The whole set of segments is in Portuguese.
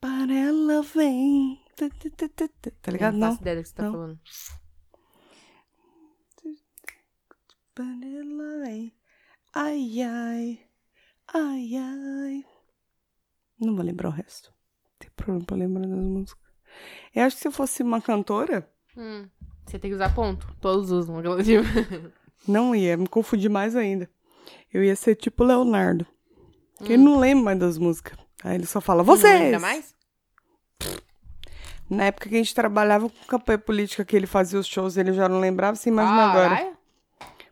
Para ela vem. Tá, tá, tá, tá, tá. Tá Eu ligado? não Não. faço ideia do que você tá Não. falando. Para ela vem. Ai, ai. Ai, ai. Não vou lembrar o resto. Tem problema pra lembrar das músicas. Eu acho que se eu fosse uma cantora, Hum, Você tem que usar ponto. Todos usam. inclusive. não ia. Me confundi mais ainda. Eu ia ser tipo Leonardo. Que ele não lembra mais das músicas. Aí ele só fala, vocês! Ainda mais? Na época que a gente trabalhava com campanha política, que ele fazia os shows, ele já não lembrava, assim, você imagina agora. Caralho.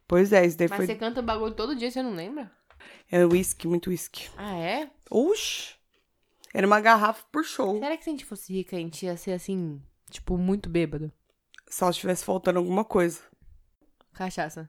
Pois é, isso daí Ah, Mas foi. você canta o bagulho todo dia, você não lembra? É uísque, muito uísque. Ah, é? Oxi! Era uma garrafa por show. Será que se a gente fosse rica, a gente ia ser assim, tipo, muito bêbado? Só estivesse faltando alguma coisa. Cachaça.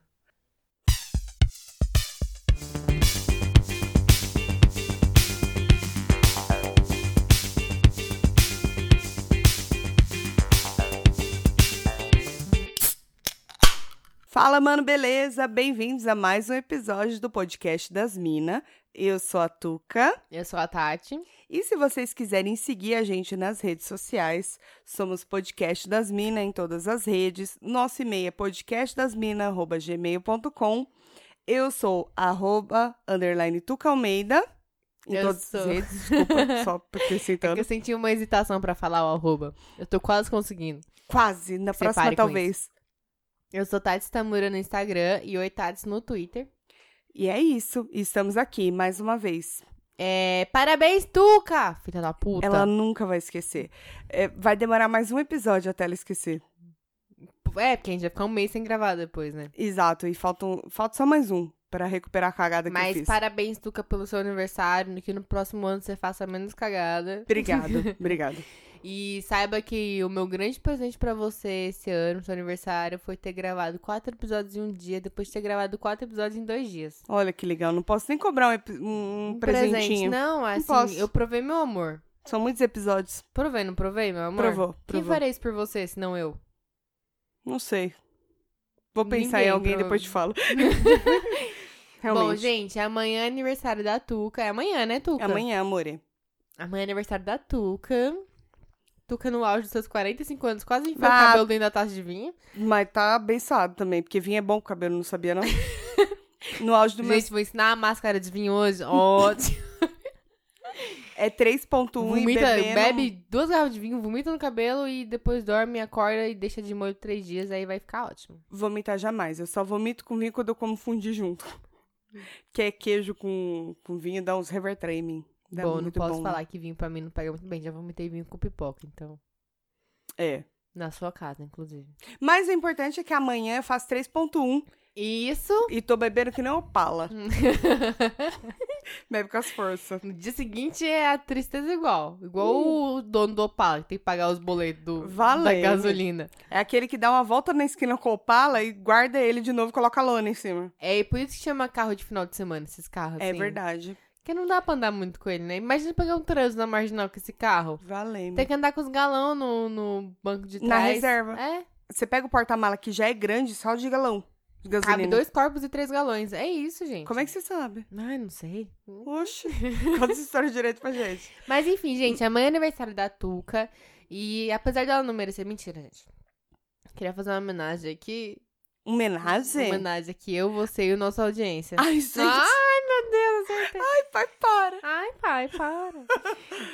Fala, mano, beleza? Bem-vindos a mais um episódio do podcast das Minas. Eu sou a Tuca. Eu sou a Tati. E se vocês quiserem seguir a gente nas redes sociais, somos Podcast das Minas em todas as redes. Nosso e-mail é podcastdasmina.gmail.com. Eu sou arroba, underline Tuca Almeida. Em Eu todas as sou. É redes, desculpa, só acrescentando. Eu senti uma hesitação pra falar o arroba. Eu tô quase conseguindo. Quase, na Separe próxima com talvez. Eu sou Tati Tamura no Instagram e Oi Tati no Twitter. E é isso, estamos aqui mais uma vez. É. Parabéns, Tuca! Filha da puta. Ela nunca vai esquecer. É, vai demorar mais um episódio até ela esquecer. É, porque a gente vai ficar um mês sem gravar depois, né? Exato, e faltam, falta só mais um pra recuperar a cagada que eu Mas fiz. parabéns, Tuca, pelo seu aniversário. Que no próximo ano você faça menos cagada. Obrigado, obrigado. E saiba que o meu grande presente pra você esse ano, seu aniversário, foi ter gravado quatro episódios em um dia, depois de ter gravado quatro episódios em dois dias. Olha que legal, não posso nem cobrar um, epi- um Presente. presentinho. Não, assim, posso. eu provei meu amor. São muitos episódios. Provei, não provei, meu amor? Provou, Quem provou. farei isso por você, se não eu? Não sei. Vou pensar Ninguém, em alguém e prova- depois te falo. Realmente. Bom, gente, amanhã é aniversário da Tuca. É amanhã, né, Tuca? Amanhã, amore. Amanhã é aniversário da Tuca. Tuca no auge dos seus 45 anos, quase enfiou Ah. o cabelo dentro da taça de vinho. Mas tá abençoado também, porque vinho é bom pro cabelo, não sabia não? No auge do meu... Gente, vou ensinar a máscara de vinho hoje. Ótimo. É 3.1 e Vomita, bebendo... bebe duas garrafas de vinho, vomita no cabelo e depois dorme, acorda e deixa de molho três dias, aí vai ficar ótimo. Vomitar jamais. Eu só vomito com vinho quando eu como fundi junto. Que é queijo com, com vinho, dá uns reverter em mim. Dá bom, não muito posso bom. falar que vinho pra mim não pega muito bem, já vomitei vinho com pipoca, então. É. Na sua casa, inclusive. Mas o importante é que amanhã eu faço 3.1 Isso! e tô bebendo que nem opala. Hum. Bebe com as forças. no dia seguinte é a tristeza igual. Igual o dono do Opala, que tem que pagar os boletos do, da Valeu. gasolina. É aquele que dá uma volta na esquina com opala e guarda ele de novo e coloca a lona em cima. É e por isso que chama carro de final de semana, esses carros. É assim. verdade. Porque não dá pra andar muito com ele, né? Imagina pegar um trânsito na marginal com esse carro. Valeu. Tem que andar com os galão no, no banco de trás. Na reserva. É. Você pega o porta-mala que já é grande, só de galão. De gasolina. Cabe dois corpos e três galões. É isso, gente. Como é que você sabe? Ai, não sei. Oxe, conta essa história direito pra gente. Mas enfim, gente, amanhã é aniversário da Tuca. E apesar dela não merecer. Mentira, gente. Queria fazer uma homenagem aqui. Uma Um Homenagem? Um homenagem aqui, eu, você e a nossa audiência. Ai, gente. Ai, meu Deus, acertei. Vai, para. Ai, pai, para.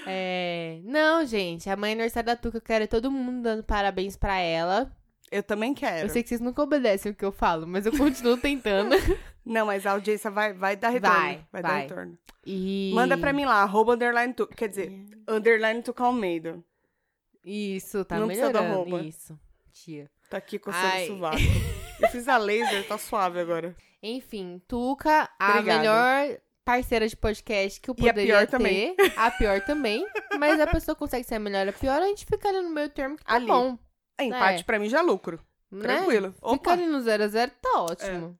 é... Não, gente, amanhã é aniversário da Tuca. Eu quero todo mundo dando parabéns pra ela. Eu também quero. Eu sei que vocês nunca obedecem o que eu falo, mas eu continuo tentando. Não, mas a audiência vai, vai dar retorno. Vai, dar vai. retorno. E... Manda pra mim lá, arroba underline tu. Quer dizer, underline tu Calmeida. Isso, tá Não precisa do melhorando. arroba. Isso, tia. Tá aqui coçando Ai. o sovaco. Eu fiz a laser, tá suave agora. Enfim, Tuca, a Obrigada. melhor parceira de podcast que eu E a poderia pior ter. também. A pior também. Mas a pessoa consegue ser a melhor ou a pior, a gente fica ali no meio termo que tá Ali. bom. É, empate pra mim já é lucro. Né? Tranquilo. Fica Opa. É. ali no 0 a 0 tá ótimo.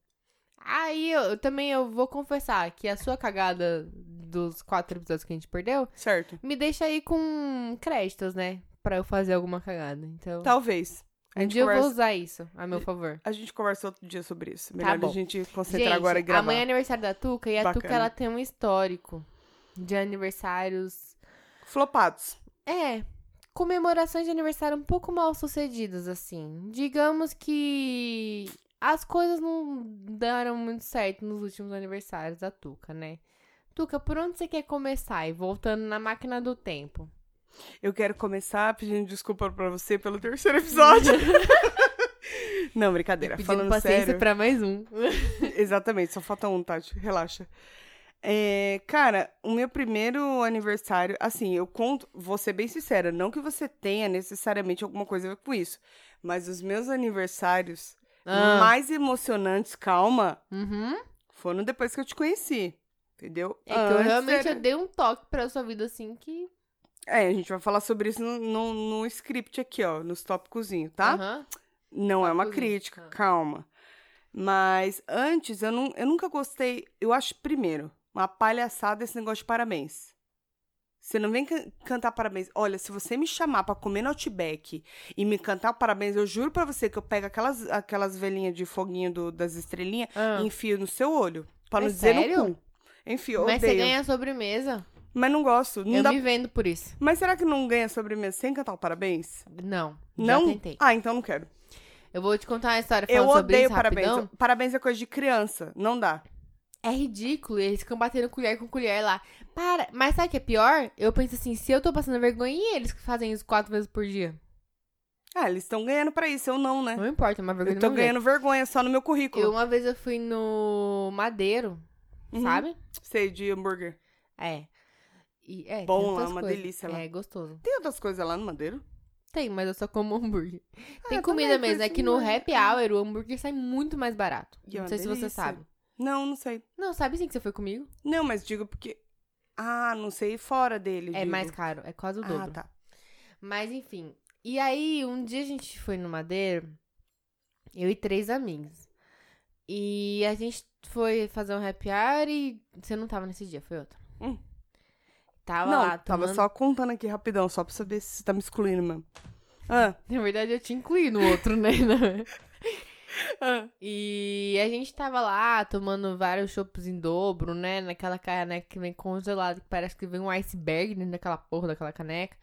Aí eu, eu também eu vou confessar que a sua cagada dos quatro episódios que a gente perdeu Certo. me deixa aí com créditos, né? Pra eu fazer alguma cagada. Então, Talvez. Tá, A um gente, dia eu conversa, vou usar isso a meu favor. a gente conversa outro dia sobre isso. Melhor Tá bom. a gente concentrar agora e gravar. Amanhã é aniversário da Tuca e a Bacana. Tuca ela tem um histórico. de aniversários. Flopados. É, comemorações de aniversário um pouco mal sucedidas, assim. Digamos que as coisas não deram muito certo nos últimos aniversários da Tuca, né? Tuca, por onde você quer começar? E voltando na máquina do tempo. Eu quero começar pedindo desculpa pra você pelo terceiro episódio. Não, brincadeira. Pedindo Tá Falando paciência sério. pra mais um. Exatamente, só falta um, Tati. Relaxa. É, cara, o meu primeiro aniversário, assim, eu conto, vou ser bem sincera, não que você tenha necessariamente alguma coisa a ver com isso, mas os meus aniversários Ah, mais emocionantes, calma, uhum. foram depois que eu te conheci, entendeu? É que eu Antes realmente era- eu dei um toque pra sua vida assim que. É, a gente vai falar sobre isso no, no, no script aqui, ó, nos tópicozinhos, tá? Aham. Não é uma Tópicozinho, crítica, tá. calma. Mas antes, eu, não, eu nunca gostei. Eu acho, primeiro, uma palhaçada esse negócio de parabéns. Você não vem can- cantar parabéns. Olha, se você me chamar pra comer no Outback e me cantar parabéns, eu juro pra você que eu pego aquelas, aquelas velhinhas de foguinho do- das estrelinhas Ah. e enfio no seu olho. Pra É não dizer no sério? cu. Enfio, Mas você odeio. ganha a sobremesa. Mas não gosto. Não eu dá... me vendo por isso. Mas será que não ganha sobremesa sem cantar o parabéns? Não. não? Já tentei. Ah, então não quero. Eu vou te contar uma história falando Eu sobre odeio isso parabéns. rapidão. Parabéns é coisa de criança. Não dá. É ridículo, e eles ficam batendo colher com colher lá. Para, mas sabe o que é pior? Eu penso assim, se eu tô passando vergonha, e eles que fazem isso quatro vezes por dia? Ah, eles estão ganhando pra isso, eu não, né? Não importa, é uma vergonha Eu tô do mesmo ganhando vergonha só no meu jeito. Eu, currículo. uma vez eu fui no Madeiro, Uhum. sabe? Sei, de hambúrguer. É. E, é Bom tem lá, outras uma coisas. delícia lá. É, gostoso. Tem outras coisas lá no Madeiro? Tem, mas eu só como hambúrguer. Ah, Tem eu comida também, mesmo, é conheço que no uma- happy hour o hambúrguer sai muito mais barato. E é não uma sei se você delícia. sabe. Não, não sei. Não, sabe sim que você foi comigo? Não, mas digo porque... Ah, não sei, fora dele. É digo. mais caro, é quase o dobro. Ah, tá. Mas enfim. E aí, um dia a gente foi no Madeiro, eu e três amigos. E a gente foi fazer um happy hour e você não tava nesse dia, foi outro. Hum. Tava não, lá, tava tomando... só contando aqui rapidão, só pra saber se você tá me excluindo mesmo. Ah, Na verdade, eu te incluí no outro, né? ah. E a gente tava lá tomando vários chopps em dobro, né? Naquela caneca que vem congelada, que parece que vem um iceberg dentro daquela porra daquela caneca.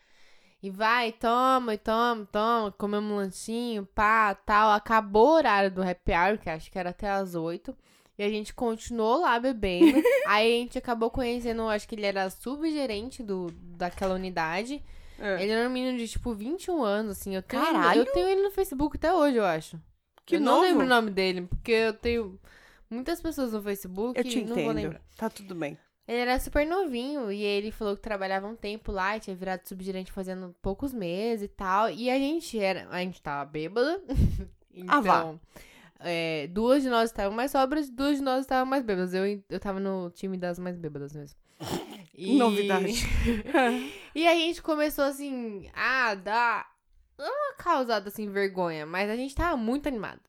E vai, toma, e toma, toma, comemos um lanchinho, pá, tal. Acabou o horário do happy hour, que acho que era até as 8. E a gente continuou lá bebendo. Aí a gente acabou conhecendo, acho que ele era subgerente do, daquela unidade. É. Ele era um menino de tipo 21 anos, assim. Eu tenho, Caralho! Eu tenho ele no Facebook até hoje, eu acho. Que eu novo! não lembro o nome dele, porque eu tenho muitas pessoas no Facebook Eu te e não vou lembrar. entendo. Tá tudo bem. Ele era super novinho e ele falou que trabalhava um tempo lá e tinha virado subgerente fazendo poucos meses e tal. E a gente era. A gente tava bêbada. Ah, vá. então. é, duas de nós estavam mais sobras, duas de nós estavam mais bêbadas. Eu, eu tava no time das mais bêbadas mesmo. E- Novidade. e aí a gente começou assim, a dar não uma causada assim vergonha, mas a gente tava muito animado.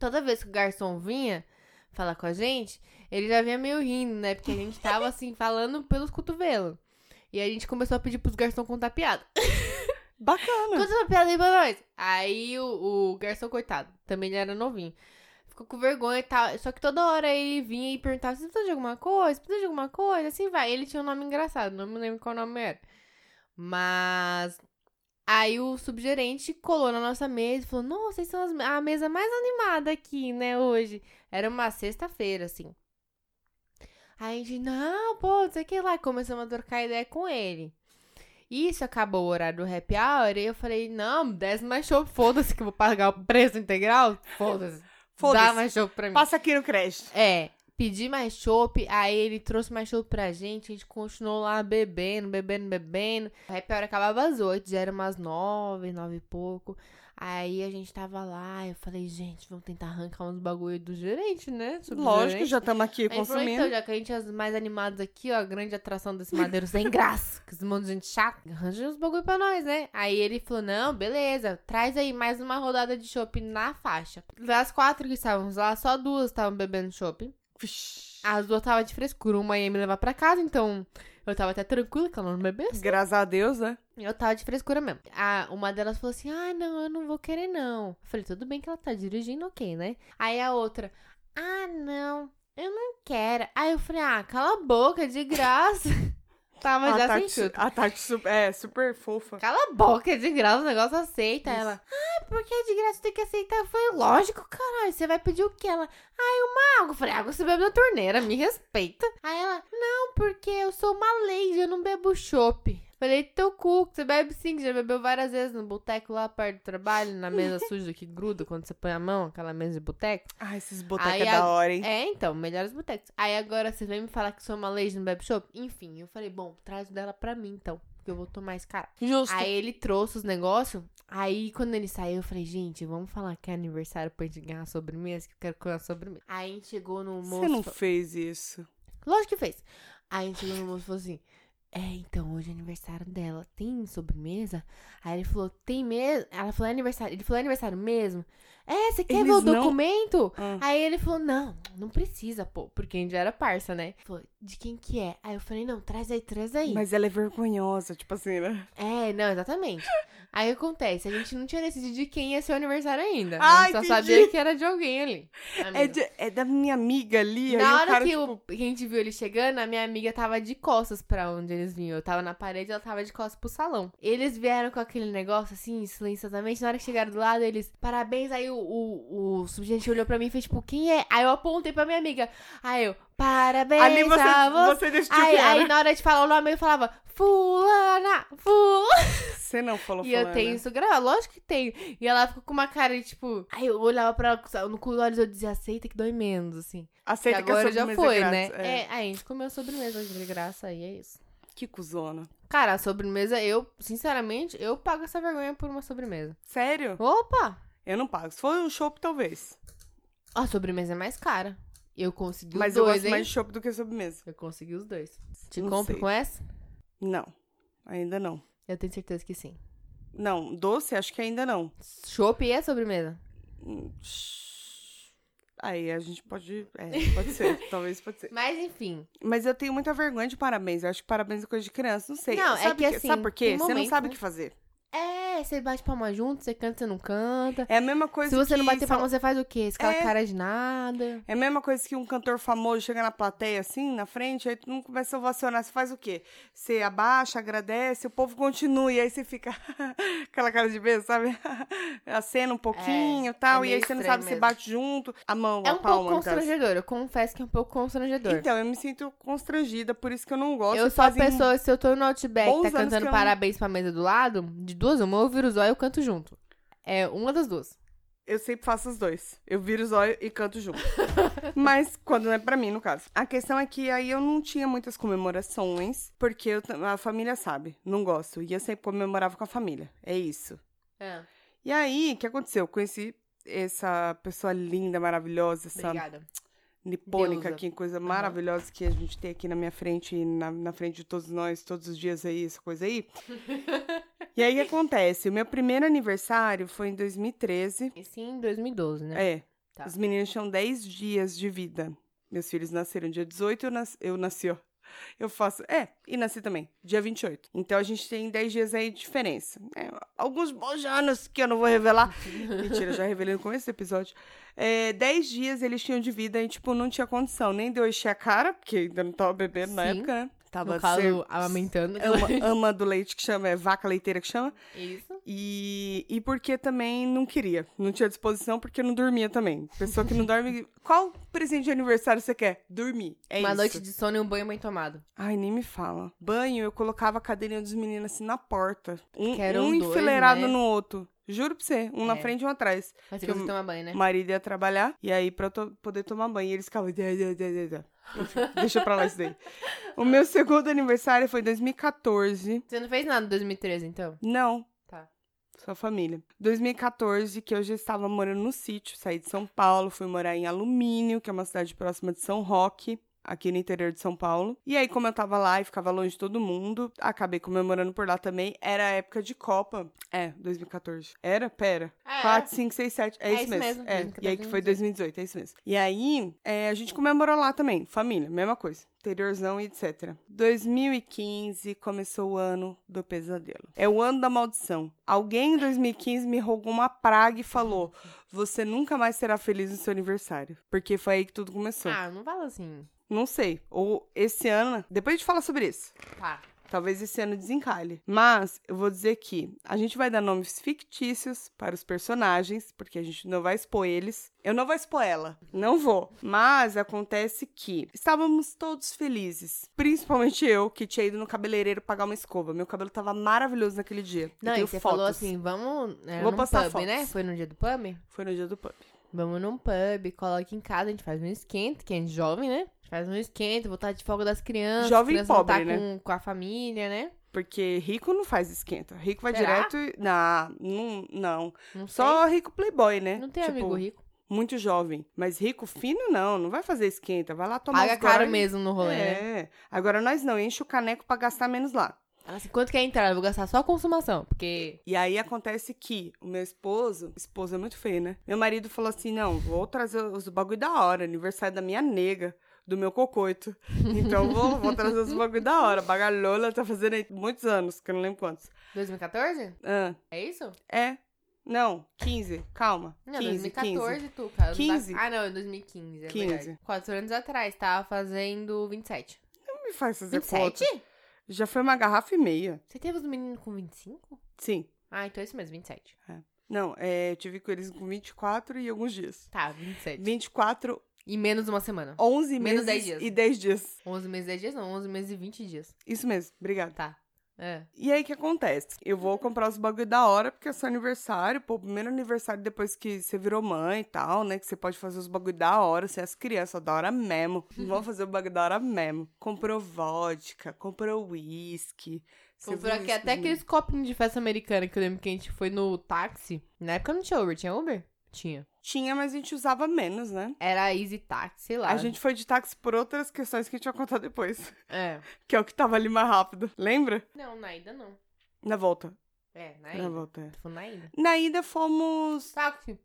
Toda vez que o garçom vinha falar com a gente, ele já vinha meio rindo, né? Porque a gente tava assim falando pelos cotovelos. E a gente começou a pedir pros garçons contar piada. Bacana. Conta uma piada aí pra nós. Aí o, o garçom, coitado, também ele era novinho. Ficou com vergonha e tal. Só que toda hora ele vinha e perguntava: Você precisa de alguma coisa? Precisa de alguma coisa? Assim vai. Ele tinha um nome engraçado, não me lembro qual nome era. Mas. Aí o subgerente colou na nossa mesa e falou: Nossa, vocês são as- a mesa mais animada aqui, né, hoje. Era uma sexta-feira, assim. Aí a gente, não, pô, não sei o que lá. Começamos a trocar ideia com ele. Isso acabou o horário do happy hour. E eu falei, não, desce mais show, foda-se que eu vou pagar o preço integral. Foda-se. Dá Foda-se. mais show pra mim. Passa aqui no crédito. É, pedi mais chopp, aí ele trouxe mais chopp pra gente, a gente continuou lá bebendo, bebendo, bebendo. O happy hour acabava às oito, já era umas nove, nove e pouco. Aí a gente tava lá, eu falei, gente, vamos tentar arrancar uns bagulho do gerente, né? Lógico, Subgerente. já estamos aqui Aí ele falou, então, consumindo. já que a gente é os mais animados aqui, ó, a grande atração desse madeiro sem graça, que esse monte de gente chata, arranja uns bagulho pra nós, né? Aí ele falou, não, beleza, traz aí mais uma rodada de chopp na faixa. Das quatro que estávamos lá, só duas estavam bebendo chopp. Vixe. As duas estavam de frescura, uma ia me levar pra casa, então eu tava até tranquila que ela não bebesse. Graças a Deus, né? Eu tava de frescura mesmo. A, uma delas falou assim: Ah, não, eu não vou querer, não. Eu falei, tudo bem que ela tá dirigindo, ok, né? Aí a outra, ah, não, Eu não quero. Aí eu falei, ah, cala a boca, de graça. Tava a já Tati, sem chute. a Tati su- é super fofa. Cala a boca, é de graça, o negócio aceita. Isso. Ela, ah, porque é de graça, tem que aceitar. Eu falei, lógico, caralho, você vai pedir o quê? Ela, ai, uma água. Eu falei, água você bebe na torneira, me respeita. Aí ela, não, porque eu sou uma lady, eu não bebo chopp. Falei, teu cu, você bebe sim, que já bebeu várias vezes no boteco lá perto do trabalho, na mesa suja que gruda quando você põe a mão, aquela mesa de boteco. Ah, esses botecos Aí é a- da hora, hein? É, então, melhores botecos. Aí agora você vem me falar que sou uma lady no bebe chopp? Enfim, eu falei, bom, traz dela pra mim então, porque eu vou tomar esse cara. Justo. é, Aí ele trouxe os negócios. Aí quando ele saiu, eu falei, gente, vamos falar que é aniversário pra gente ganhar a sobremesa, que eu quero comer a sobremesa. Aí a gente chegou no moço. Você não fa- fez isso. Lógico que fez. Aí a gente chegou no moço e falou assim: É, então hoje é aniversário dela. Tem sobremesa? Aí ele falou: Tem mesmo? Ela falou: É aniversário. Ele falou: É aniversário mesmo? É, você quer ver o Eles não- documento? Ah. Aí ele falou: Não, não precisa, pô. Porque a gente já era parça, né? Falou: De quem que é? Aí eu falei: Não, traz aí, traz aí. Mas ela é vergonhosa, tipo assim, né? É, não, exatamente. Aí acontece, a gente não tinha decidido de quem ia ser o aniversário ainda. Ah, a gente só entendi. sabia que era de alguém ali. É, Amigo. de- é da minha amiga ali. aí Na o hora cara, que, tipo, o- que a gente viu ele chegando, a minha amiga tava de costas pra onde eles vinham. Eu tava na parede, ela tava de costas pro salão. Eles vieram com aquele negócio assim, silenciosamente. Na hora que chegaram do lado, eles, parabéns. Aí o, o, o subgerente olhou pra mim e fez tipo, quem é? Aí eu apontei pra minha amiga. Aí eu, parabéns Ali a você, você. você decidiu Aí, que era. aí na hora de falar o nome, eu falava, fulana, fulana. Você não falou né? E eu fulana. tenho isso gravado, lógico que tenho. E ela ficou com uma cara de tipo. Aí eu olhava pra ela com sa- no cu dos olhos eu dizia, aceita que dói menos, assim. E Aceita que a agora já sobremesa é foi, né? grátis. É. aí a gente comeu a sobremesa hoje de graça aí, é isso. Que cuzona. Cara, a sobremesa, eu, sinceramente, eu pago essa vergonha por uma sobremesa. Sério? Opa! Eu não pago. Se for um chopp, talvez. A sobremesa é mais cara. Eu consegui os Mas eu dois, gosto hein? mais de chopp do que sobremesa. Eu consegui os dois. Te Não compro é? sei. com essa? Não. Ainda não. Eu tenho certeza que sim. Não, doce acho que ainda não. Chopp é sobremesa. Hum, shh. Aí a gente pode. É, pode ser. talvez pode ser. Mas enfim. Mas eu tenho muita vergonha de parabéns. Eu acho que parabéns é coisa de criança. Não sei. Não, é sabe que que- assim, Sabe por quê? tem Você não momento, sabe o né? que fazer. É, você bate palma junto, você canta, você não canta. É a mesma coisa Se você que não bater sal- palma, você faz o quê? Escala É. cara de nada. É a mesma coisa que um cantor famoso chega na plateia assim, na frente, aí tu não começa a ovacionar. Você faz o quê? Você abaixa, agradece, o povo continua. E aí você fica aquela cara de beijo, sabe? Acena um pouquinho e tal. é e aí meio você não estranho sabe se mesmo. bate junto. A mão, É a um pouco palma. no caso. constrangedor, eu confesso que é um pouco constrangedor. Então, eu me sinto constrangida, por isso que eu não gosto. eu E sou a fazem- pessoa, se eu tô no Outback bons tá anos que cantando eu não- parabéns pra mesa do lado, de duas uma, eu viro o zóio e eu canto junto. É uma das duas. Eu sempre faço os dois. Eu viro os olhos e canto junto. Mas quando não é pra mim, no caso. A questão é que aí eu não tinha muitas comemorações, porque eu t- a família sabe, não gosto. E eu sempre comemorava com a família. É isso. Ah, E aí, o que aconteceu? Eu conheci essa pessoa linda, maravilhosa, essa Obrigada. nipônica Deusa. aqui, coisa maravilhosa que a gente tem aqui na minha frente e na, na frente de todos nós, todos os dias aí, essa coisa aí. e aí, o que acontece? O meu primeiro aniversário foi em 2013. E sim, em 2012, né? É. Tá. Os meninos tinham 10 dias de vida. Meus filhos nasceram dia 18, eu nasci, eu nasci, ó. Eu faço. É, e nasci também, dia 28. Então a gente tem 10 dias aí de diferença. É, alguns bons anos que eu não vou revelar. Mentira, já revelei no começo do episódio. É, 10 dias eles tinham de vida e, tipo, não tinha condição nem de eu encher a cara, porque ainda não tava bebendo na Sim. época, né? Tava No caso, ser- amamentando. ama, ama do leite que chama, é vaca leiteira que chama. Isso. E, e porque também não queria, não tinha disposição, porque não dormia também. Pessoa que não dorme. Qual presente de aniversário você quer? Dormir. É uma isso. noite de sono e um banho bem tomado. Ai, nem me fala. Banho, eu colocava a cadeirinha dos meninos assim na porta. Um, Que eram um dois, enfileirado né? no outro. Juro pra você, um na É. frente e um atrás. Mas você Que eu- precisa tomar banho, né? O marido ia trabalhar, e aí pra eu to- poder tomar banho, e eles ficavam. "Dê, dê, dê, dê, dê." Enfim, Deixa pra lá isso daí. O meu segundo aniversário foi em 2014. Você não fez nada em 2013, então? Não. Tá. Sua família. 2014, que eu já estava morando no sítio, saí de São Paulo, fui morar em Alumínio, que é uma cidade próxima de São Roque. aqui no interior de São Paulo. E aí, como eu tava lá e ficava longe de todo mundo, acabei comemorando por lá também. Era a época de Copa. É, 2014. Era? Pera. É. 4, 5, 6, 7. É, É isso, isso mesmo. mesmo, É. 2014, E aí que foi 2018, é isso mesmo. E aí, é, a gente comemorou lá também. Família, mesma coisa. Interiorzão e etc. 2015 começou o ano do pesadelo. É o ano da maldição. Alguém em 2015 me rogou uma praga e falou: Você nunca mais será feliz no seu aniversário. Porque foi aí que tudo começou. Ah, não fala assim. Não sei. Ou esse ano. Depois a gente fala sobre isso. Tá. Talvez esse ano desencalhe. Mas eu vou dizer que a gente vai dar nomes fictícios para os personagens, porque a gente não vai expor eles. Eu não vou expor ela. Não vou. Mas acontece que estávamos todos felizes. Principalmente eu, que tinha ido no cabeleireiro pagar uma escova. Meu cabelo tava maravilhoso naquele dia. Eu Não, e tenho você fotos. falou assim, vamos. Era Vou num postar pub, fotos. né? Foi no dia do pub? Foi no dia do pub. Vamos num pub, coloca aqui em casa, a gente faz um esquenta, que a gente é jovem, né? A gente faz um esquenta, voltar de folga das crianças. Jovem criança não tá pobre, né? com, com a família, né? Porque rico não faz esquenta. Rico vai Será? direto e. Não, não. não. Não sei. Só rico playboy, né? Não tem amigo rico. muito jovem. Mas rico, fino, não. Não vai fazer esquenta. Vai lá tomar Paga uns goró caro e- mesmo no rolê, né? É. Agora nós não. Enche o caneco pra gastar menos lá. Ela assim, quanto que é a entrada? Eu vou gastar só a consumação, porque... E aí acontece que o meu esposo... Esposo é muito feio, né? Meu marido falou assim, não, vou trazer os bagulho da hora. Aniversário da minha nega. Do meu cocoito. Então vou, vou trazer os bagulho da hora. Bagalola tá fazendo aí muitos anos, que eu não lembro quantos. 2014? Ah, É isso? é. Não, 15. Calma. Não, 15, 2014, 15. tu, cara. Não dá- 15. Ah, não, é 2015, é 15. verdade. Quatro anos atrás, tava fazendo 27. Não me faz fazer conta. 27? Já foi uma garrafa e meia. Você teve os meninos com 25? Sim. Ah, então é isso mesmo, 27. Não, é, eu tive com eles com 24 e alguns dias. Tá, 27. 24, E menos uma semana. 11 meses Menos 10 dias. e 10 dias. 11 meses e 10 dias, não. 11 meses e 20 dias. Isso mesmo, obrigada. Tá. É. E aí, o que acontece? Eu vou comprar os bagulho da hora, porque é seu aniversário, pô, primeiro aniversário depois que você virou mãe e tal, né? Que você pode fazer os bagulho da hora, você é as crianças, da hora mesmo. Vamos fazer o bagulho da hora mesmo. Comprou vodka, comprou uísque. Você Comprou viu aqui isso, até menina? aqueles copinhos de festa americana que eu lembro que a gente foi no táxi. Na época não tinha Uber, tinha Uber? Tinha. Tinha, mas a gente usava menos, né? Era Easy Taxi, sei lá. A gente foi de táxi por outras questões que a gente vai contar depois. É. Que é o que tava ali mais rápido. Lembra? Não, na ida não. Na volta. É, na Na ida. volta, é. Tô falando na ida. Na ida fomos. Táxi.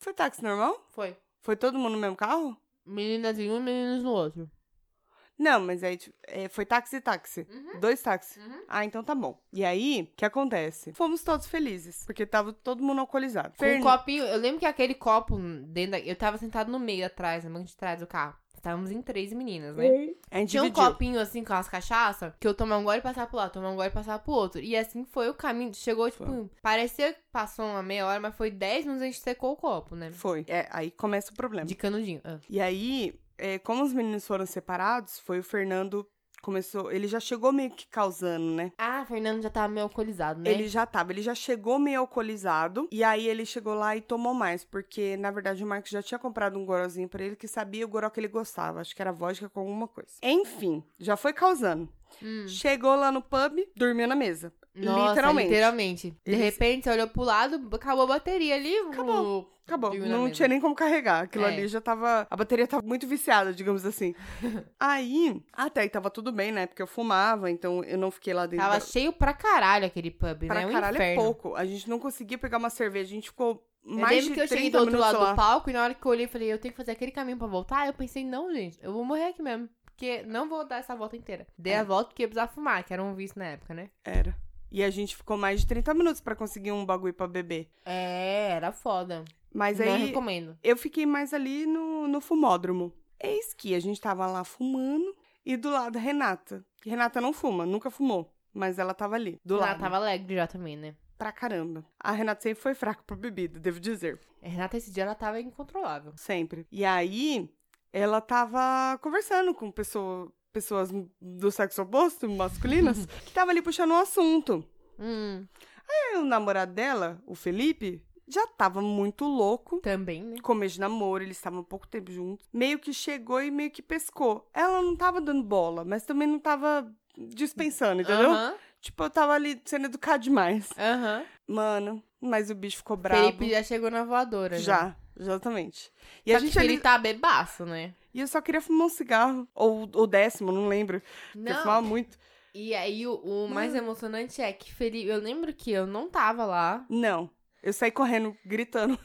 Foi táxi normal? Foi. Foi todo mundo no mesmo carro? Meninas em um, meninos no outro. Não, mas aí tipo, é, foi táxi e táxi. Uhum. Dois táxis. Uhum. Ah, então tá bom. E aí, o que acontece? Fomos todos felizes, porque tava todo mundo alcoolizado. Com um copinho, eu lembro que aquele copo dentro da... Eu tava sentado no meio atrás, na banca de trás do carro. Estávamos em três meninas, né? A gente Tinha um dividiu. copinho assim com as cachaças que eu tomava um gole e passava pro lado, tomava um gole e passava pro outro. E assim foi o caminho. Chegou, tipo, parecia que passou uma meia hora, mas foi 10 minutos a gente secou o copo, né? Foi. É, aí começa o problema. De canudinho. Ah. E aí, é, como os meninos foram separados, foi o Fernando. Começou. Ele já chegou meio que causando, né? Ah, o Fernando já tava meio alcoolizado, né? Ele já tava, ele já chegou meio alcoolizado. E aí ele chegou lá e tomou mais. Porque, na verdade, o Marcos já tinha comprado um gorozinho pra ele que sabia o goró que ele gostava. Acho que era vodka com alguma coisa. Enfim, já foi causando. Hum. Chegou lá no pub, dormiu na mesa. Nossa, literalmente. literalmente. De Eles- repente, você olhou pro lado, acabou a bateria ali. Acabou. Acabou. Dormiu na não mesa. tinha nem como carregar. Aquilo É. ali já tava. A bateria tava muito viciada, digamos assim. aí, até aí tava tudo bem, né? Porque eu fumava, então eu não fiquei lá dentro. Tava da- cheio pra caralho aquele pub, Pra né? Um caralho é inferno. pouco. A gente não conseguia pegar uma cerveja. A gente ficou Eu mais lembro de que eu cheguei 30 do outro minutos lado lá. do palco e na hora que eu olhei, eu falei, eu tenho que fazer aquele caminho pra voltar. Eu pensei, não, gente, eu vou morrer aqui mesmo. Porque não vou dar essa volta inteira. Dei É. a volta porque ia precisar fumar, que era um vício na época, né? Era. E a gente ficou mais de 30 minutos pra conseguir um bagulho pra beber. É, era foda. Mas não é aí recomendo. eu fiquei mais ali no, no fumódromo. Eis que a gente tava lá fumando e do lado a Renata. E Renata não fuma, nunca fumou. Mas ela tava ali, do Ela lado. tava alegre já também, né? Pra caramba. A Renata sempre foi fraca pra bebida, devo dizer. A Renata, esse dia, ela tava incontrolável. Sempre. E aí, ela tava conversando com pessoa, pessoas do sexo oposto, masculinas, que tava ali puxando um assunto. Hum, Aí o namorado dela, o Felipe, já tava muito louco. também, né? Começo de namoro, eles estavam há pouco tempo juntos. Meio que chegou e meio que pescou. Ela não tava dando bola, mas também não tava dispensando, entendeu? Aham, Tipo, eu tava ali sendo educado demais. aham. Mano, mas o bicho ficou bravo. Felipe já chegou na voadora. né? já. Exatamente. E E Só a gente que ele ali- tá bebaço, né? E eu só queria fumar um cigarro. Ou o décimo, não lembro. porque Eu fumava Não. muito. E aí o, o mais emocionante é que Felipe. Eu lembro que eu não tava lá. Não. Eu saí correndo, gritando.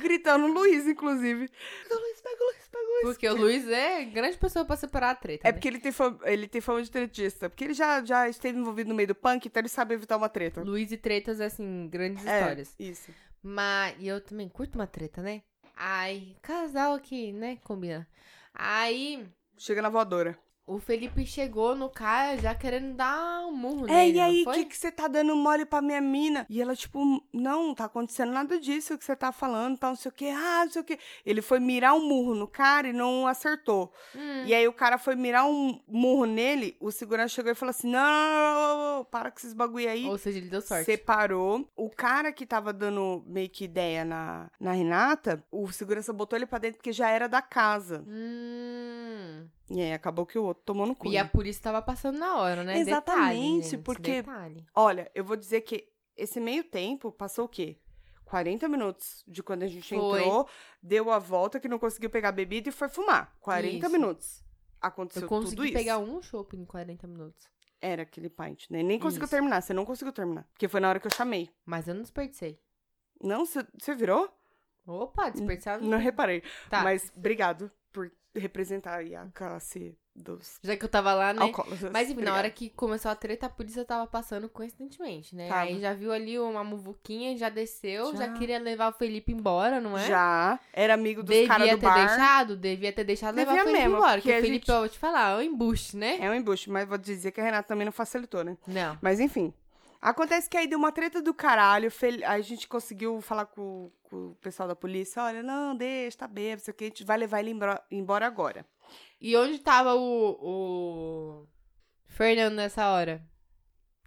gritando, Luiz, inclusive. Pega o Luiz, pega o Luiz, pega o Luiz. Porque o Luiz é grande pessoa pra separar a treta. É né? porque ele tem, fama, ele tem fama de tretista. Porque ele já, já esteve envolvido no meio do punk, então ele sabe evitar uma treta. Luiz e tretas, assim, grandes É, histórias. Isso. Mas e eu também curto uma treta, né? Ai, casal aqui, né? Combina. Aí Chega na voadora. o Felipe chegou no cara já querendo dar um murro É, nele, e não aí, o foi? que, que você tá dando mole pra minha mina? E ela, tipo, não, tá acontecendo nada disso que você tá falando, tá não sei o que, ah, não sei o que. Ele foi mirar um murro no cara e não acertou. Hum. E aí o cara foi mirar um murro nele, o segurança chegou e falou assim: não, não, não, não, não, para com esses bagulho aí. Ou seja, ele deu sorte. Separou. O cara que tava dando meio que ideia na, na Renata, o segurança botou ele pra dentro porque já era da casa. Hum. E aí acabou que o outro tomou no cu. E a né? polícia tava passando na hora, né? Detalhe, Exatamente, gente, porque- detalhe. Olha, eu vou dizer que esse meio tempo passou o quê? 40 minutos de quando a gente Foi. entrou, deu a volta que não conseguiu pegar bebida e foi fumar. 40 Isso. minutos. Eu Aconteceu tudo consegui isso. pegar um chopp em 40 minutos. Era aquele pint, né? Nem conseguiu Isso. terminar, você não conseguiu terminar. Porque foi na hora que eu chamei. Mas eu não desperdicei. Não, você você virou? Opa, desperdiçado. Não reparei. Tá. Mas obrigado por representar aí a classe dos Já que eu tava lá, né? alcoólatras. Mas enfim, na Obrigada. hora que começou a treta, a polícia tava passando coincidentemente, né? Tava. Aí já viu ali uma muvuquinha, já desceu, já, Já. queria levar o Felipe embora, não é? Já era amigo dos Devia caras ter do bar. deixado, devia ter deixado levar Devia o Felipe mesmo, embora. porque Porque o a Felipe, gente- eu vou te falar, é um embuste, né? É um embuste, mas vou dizer que a Renata também não facilitou, né? Não. Mas enfim. Acontece que aí deu uma treta do caralho. fel- A gente conseguiu falar com, com o pessoal da polícia. Olha, não, deixa, tá bêbado, sei o que. A gente vai levar ele embora, embora agora. E onde tava o, o Fernando nessa hora?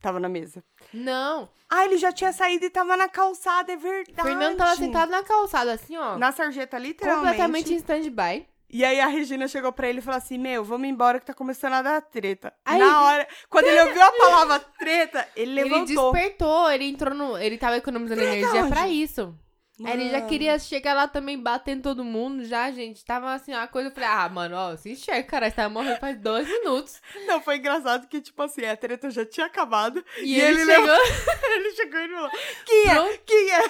Tava na mesa. Não, Ah, ele já tinha saído e tava na calçada, é verdade. Fernando tava sentado na calçada, assim, ó. Na sarjeta, literalmente. completamente em stand-by. E aí a Regina chegou pra ele e falou assim: Meu, vamos embora que tá começando a dar treta. Aí- Na hora, quando ele ouviu a palavra treta, ele Ele levantou. despertou, ele entrou no. Ele tava economizando energia onde? pra isso. Aí Ele já Mano. queria chegar lá também, bater em todo mundo já, gente. Tava assim, uma coisa, eu falei, ah, mano, ó, se enxerga, cara, você tá morrendo faz dois minutos. Não, foi engraçado que, tipo assim, a treta já tinha acabado. E, E ele, ele chegou, Ele chegou e falou: Quem é? pronto, Quem é?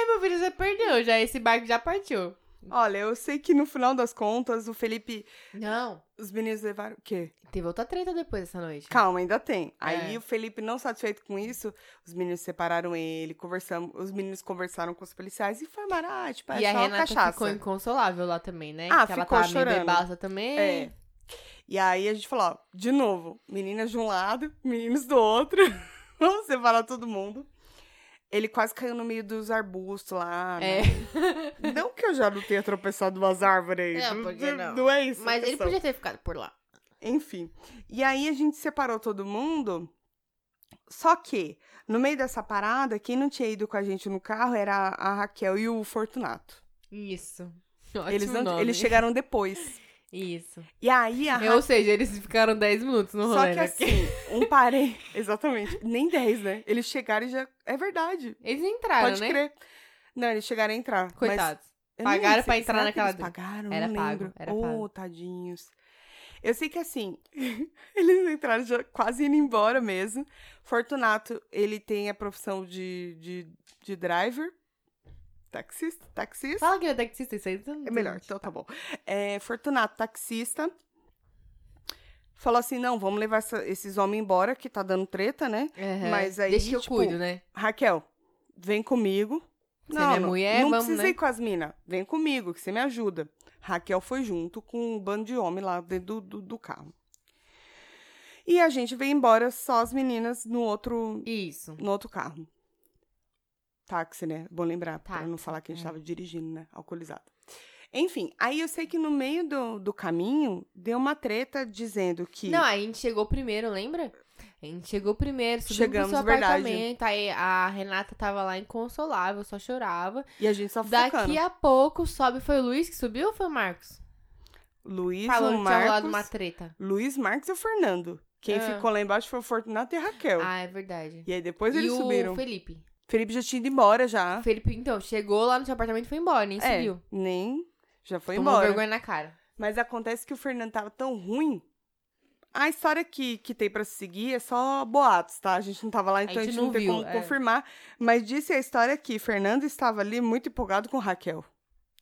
aí meu filho, você perdeu, já esse barco já partiu. Olha, eu sei que no final das contas, o Felipe. Não, Os meninos levaram. O quê? teve outra treta depois dessa noite. Calma, ainda tem. Aí É. o Felipe, não satisfeito com isso, os meninos separaram ele, conversamos. Os meninos conversaram com os policiais e informaram: Ah, tipo, é e a só Renata cachaça. ficou inconsolável lá também, né? Ah, que ela ficou tava meio chorando. bebaça também. É. E aí a gente falou, ó, de novo, meninas de um lado, meninos do outro. Vamos separar todo mundo. Ele quase caiu no meio dos arbustos lá. né? Não que eu já não tenha tropeçado umas árvores aí. É. Não, por que não? é isso. a Mas ele questão. podia ter ficado por lá. Enfim. E aí a gente separou todo mundo. Só que, no meio dessa parada, quem não tinha ido com a gente no carro era a Raquel e o Fortunato. Isso. Ótimo Eles, não- nome. eles chegaram depois. Isso. E aí a Ou seja, eles ficaram 10 minutos no Só rolê, que né? assim, um parente. Exatamente. Nem 10, né? Eles chegaram e já. É verdade. Eles entraram, pode né? crer. Não, eles chegaram a entrar. mas Coitados. eu não Pagaram sei, pra entrar será que naquela Eles dra- pagaram, Era não pago, lembro. era oh, pago. tadinhos. Eu sei que assim, eles entraram já quase indo embora mesmo. Fortunato, ele tem a profissão de, de, de driver. Taxista? Taxista? Fala que ele é taxista, isso aí não É melhor, então tá bom. É, Fortunato, taxista, falou assim: não, vamos levar essa- esses homens embora que tá dando treta, né? Aham. Mas aí, Deixa que eu tipo, cuido, né? Raquel, vem comigo. Você não é mulher, não vamos, precisa né? ir com as minas. Vem comigo, que você me ajuda. Raquel foi junto com um bando de homem lá dentro do, do- do carro. E a gente veio embora só as meninas no outro, Isso. no outro carro. Táxi, né? Bom lembrar, pra não Táxi, falar que a gente é. tava dirigindo, né? Alcoolizado. Enfim, aí eu sei que no meio do, do caminho deu uma treta dizendo que. Não, a gente chegou primeiro, lembra? A gente chegou primeiro, subimos Chegamos, pro seu verdade. apartamento, aí a Renata tava lá inconsolável, só chorava. E a gente só Daqui ficando. a pouco sobe, foi o Luiz que subiu ou foi o Marcos? Luiz, Falando o que tinha rolado Marcos, uma treta. Luiz, Marcos e o Fernando. Quem Ah. ficou lá embaixo foi o Fortunato e a Raquel. Ah, é verdade. E aí depois eles e subiram. o Felipe. Felipe já tinha ido embora O já. Felipe, então, chegou lá no seu apartamento e foi embora, nem É, seguiu. nem. Já foi Tomou embora. vergonha na cara. Mas acontece que o Fernando tava tão ruim. A história que, que tem pra seguir é só boatos, tá? A gente não tava lá, então a gente, não, tem viu, como é. confirmar. Mas disse a história que Fernando estava ali muito empolgado com Raquel,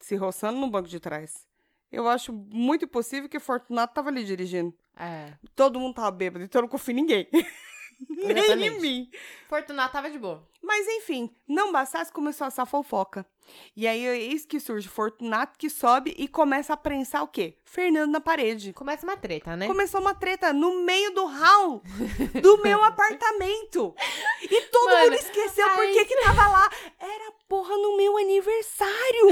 se roçando no banco de trás. Eu acho muito possível que Fortunato tava ali dirigindo. É. Todo mundo tava bêbado, então eu não confio em ninguém. Nem em Exatamente. mim. Fortunato tava de boa. Mas enfim, não bastasse, começou essa fofoca. E aí, eis que surge Fortunato, que sobe e começa a prensar o quê? Fernando na parede. Começa uma treta, né? Começou uma treta no meio do hall do meu apartamento. E todo Mano, mundo esqueceu ai. porque que tava lá. Era porra no meu aniversário.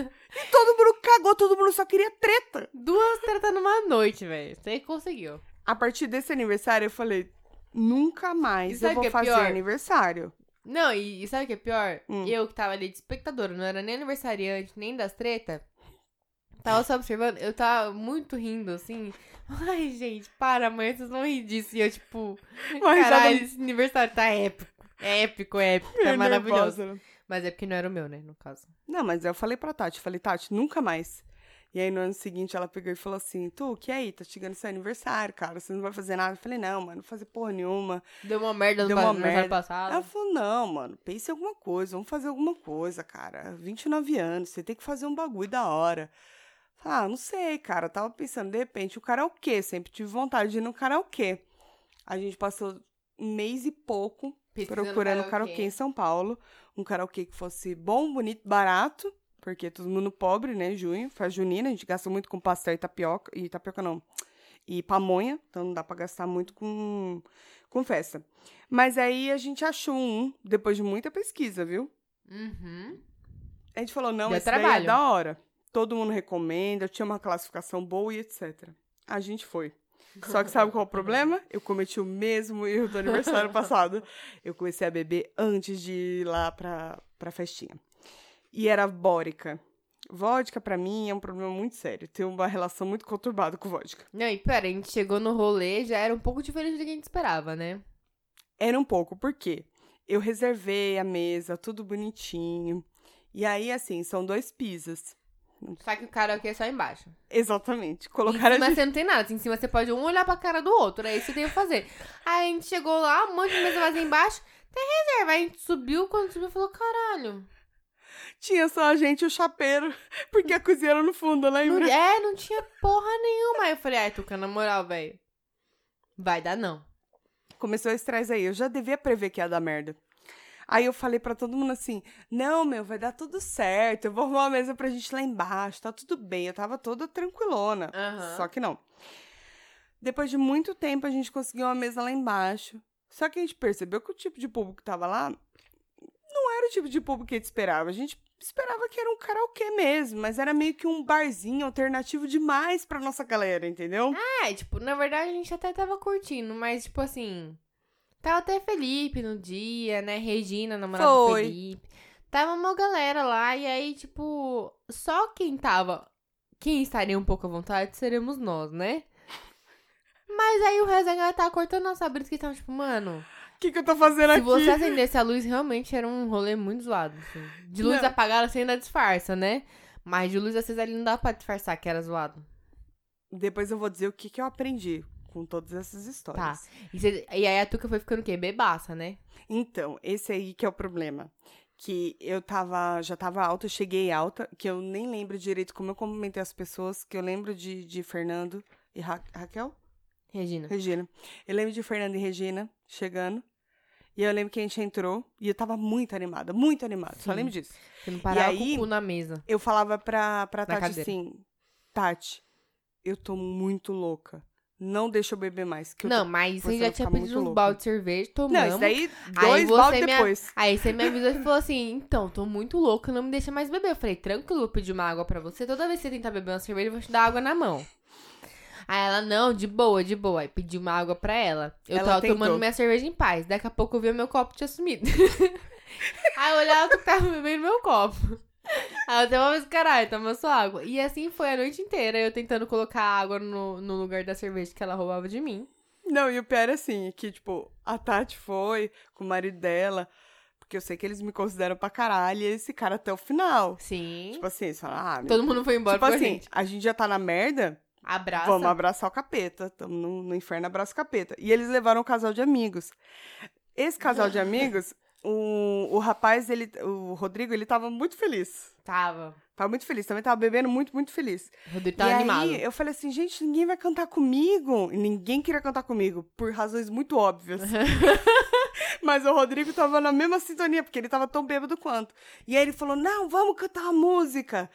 E todo mundo cagou, todo mundo só queria treta. Duas tretas numa noite, velho. Você conseguiu. A partir desse aniversário, eu falei, nunca mais E sabe eu o que vou é fazer pior? aniversário. Não, e, e sabe o que é pior? Hum. Eu que tava ali de espectadora, não era nem aniversariante, nem das tretas. Tava só observando, eu tava muito rindo, assim. Ai, gente, para, amanhã vocês vão rir disso. E eu, tipo, Uma risada caralho, esse aniversário tá épico. É épico, é épico, tá meio maravilhoso. nervosa, né? Mas é porque não era o meu, né, no caso. Não, mas eu falei pra Tati, falei, Tati, nunca mais. E aí no ano seguinte ela pegou e falou assim: Tu, que aí? Tá chegando seu aniversário, cara. Você não vai fazer nada? Eu falei, não, mano, não vou fazer porra nenhuma. Deu uma merda no Deu pa- uma no aniversário merda. passado. Ela falou, não, mano, pense em alguma coisa, vamos fazer alguma coisa, cara. 29 anos, você tem que fazer um bagulho da hora. Falei, Ah, não sei, cara. Eu tava pensando, de repente, o karaokê. Sempre tive vontade de ir no karaokê. A gente passou um mês e pouco Pesquisando procurando karaokê. em São Paulo. Um karaokê que fosse bom, bonito, barato. Porque todo mundo pobre, né? Junho, faz junina, a gente gasta muito com pastel e tapioca. E tapioca não. E pamonha, então não dá pra gastar muito com, com festa. Mas aí a gente achou um, depois de muita pesquisa, viu? Uhum. A gente falou, não, Deu esse daí é trabalho. da hora. Todo mundo recomenda, tinha uma classificação boa e etc. A gente foi. Só que sabe qual é o problema? Eu cometi o mesmo erro do aniversário passado. Eu comecei a beber antes de ir lá pra, pra festinha. E era bórica. Vodka, pra mim, é um problema muito sério. Tenho uma relação muito conturbada com vodka. Não, e pera, a gente chegou no rolê, já era um pouco diferente do que a gente esperava, né? Era um pouco, por quê? Eu reservei a mesa, tudo bonitinho. E aí, assim, são dois pisas. Só que o karaokê é só embaixo. Exatamente. Em Colocaram a cima você não tem nada. Em cima você pode um olhar pra cara do outro. É isso que tem que fazer. Aí a gente chegou lá, um monte de mesa vazia embaixo. Tem reserva. Aí a gente subiu, quando subiu, falou, caralho. Tinha só a gente e o chapeiro, porque a cozinheira no fundo, Não, lembra? é, não tinha porra nenhuma. Aí eu falei, ai, Tuca, na moral, velho. Vai dar não. Começou esse estresse aí, eu já devia prever que ia dar merda. Aí eu falei pra todo mundo assim: não, meu, vai dar tudo certo, eu vou arrumar uma mesa pra gente lá embaixo, tá tudo bem. Eu tava toda tranquilona, Aham. só que não. Depois de muito tempo, a gente conseguiu uma mesa lá embaixo. Só que a gente percebeu que o tipo de público que tava lá não era o tipo de público que a gente esperava. A gente esperava que era um karaokê mesmo, mas era meio que um barzinho alternativo demais pra nossa galera, entendeu? É, tipo, na verdade a gente até tava curtindo, mas tipo assim. Tava até Felipe no dia, né? Regina, namorada do Foi. Felipe. Tava uma galera lá, e aí, tipo, só quem tava. Quem estaria um pouco à vontade seríamos nós, né? Mas aí o resto da galera tava cortando nossa brisa que tava, tipo, mano, O que, que eu tô fazendo se aqui? você acendesse a luz, realmente era um rolê muito zoado. assim. De luz Não. apagada você ainda disfarça, né? Mas de luz acesa ali não dá pra disfarçar que era zoado. Depois eu vou dizer o que, que eu aprendi com todas essas histórias. E, cê- e aí a Tuca foi ficando o quê? Bebaça, né? Então, esse aí que é o problema. Que eu tava, já tava alta, eu cheguei alta, que eu nem lembro direito como eu comentei as pessoas, que eu lembro de, de Fernando e Ra- Raquel? Regina. Regina. Eu lembro de Fernando e Regina chegando. E eu lembro que a gente entrou e eu tava muito animada, muito animada. Só Sim. lembro disso. Você não parava aí- com o cu na mesa. Eu falava pra, pra Na Tati cadeira. assim: Tati, eu tô muito louca. Não deixa eu beber mais. Que eu Não, mas você você já vai tinha ficar pedido muito uns louca. baldes de cerveja, tô... Não, tomamos. isso daí Aí dois você baldes me a- depois. Aí você me avisou e falou assim, então, tô muito louca, não me deixa mais beber. Eu falei, tranquilo, eu pedi uma água pra você. Toda vez que você tentar beber uma cerveja, eu vou te dar água na mão. Aí ela, não, de boa, de boa. Aí pedi uma água pra ela. Eu Ela tava tentou. tomando minha cerveja em paz. Daqui a pouco eu vi o meu copo tinha sumido. Aí eu olhava tu que tava bebendo meu copo. Aí eu até falei, caralho, toma sua água. E assim foi a noite inteira, eu tentando colocar água no, no lugar da cerveja que ela roubava de mim. Não, e o pior é assim, que, tipo, a Tati foi com o marido dela. Porque eu sei que eles me consideram pra caralho e esse cara até o final. Sim. Tipo assim, eles falam, ah, Todo mundo foi embora tipo com a assim, gente. a gente já tá na merda, Abraça. vamos abraçar o capeta. Tamo no, no inferno, abraça o capeta. E eles levaram um casal de amigos. Esse casal de amigos, o, o rapaz, ele, o Rodrigo, ele tava muito feliz. Tava. Tava muito feliz, também tava bebendo muito, muito feliz. O Rodrigo e tava tá animado. aí eu falei assim, gente, ninguém vai cantar comigo. E ninguém queria cantar comigo, por razões muito óbvias. Mas o Rodrigo tava na mesma sintonia, porque ele tava tão bêbado quanto. E aí ele falou: não, vamos cantar uma música.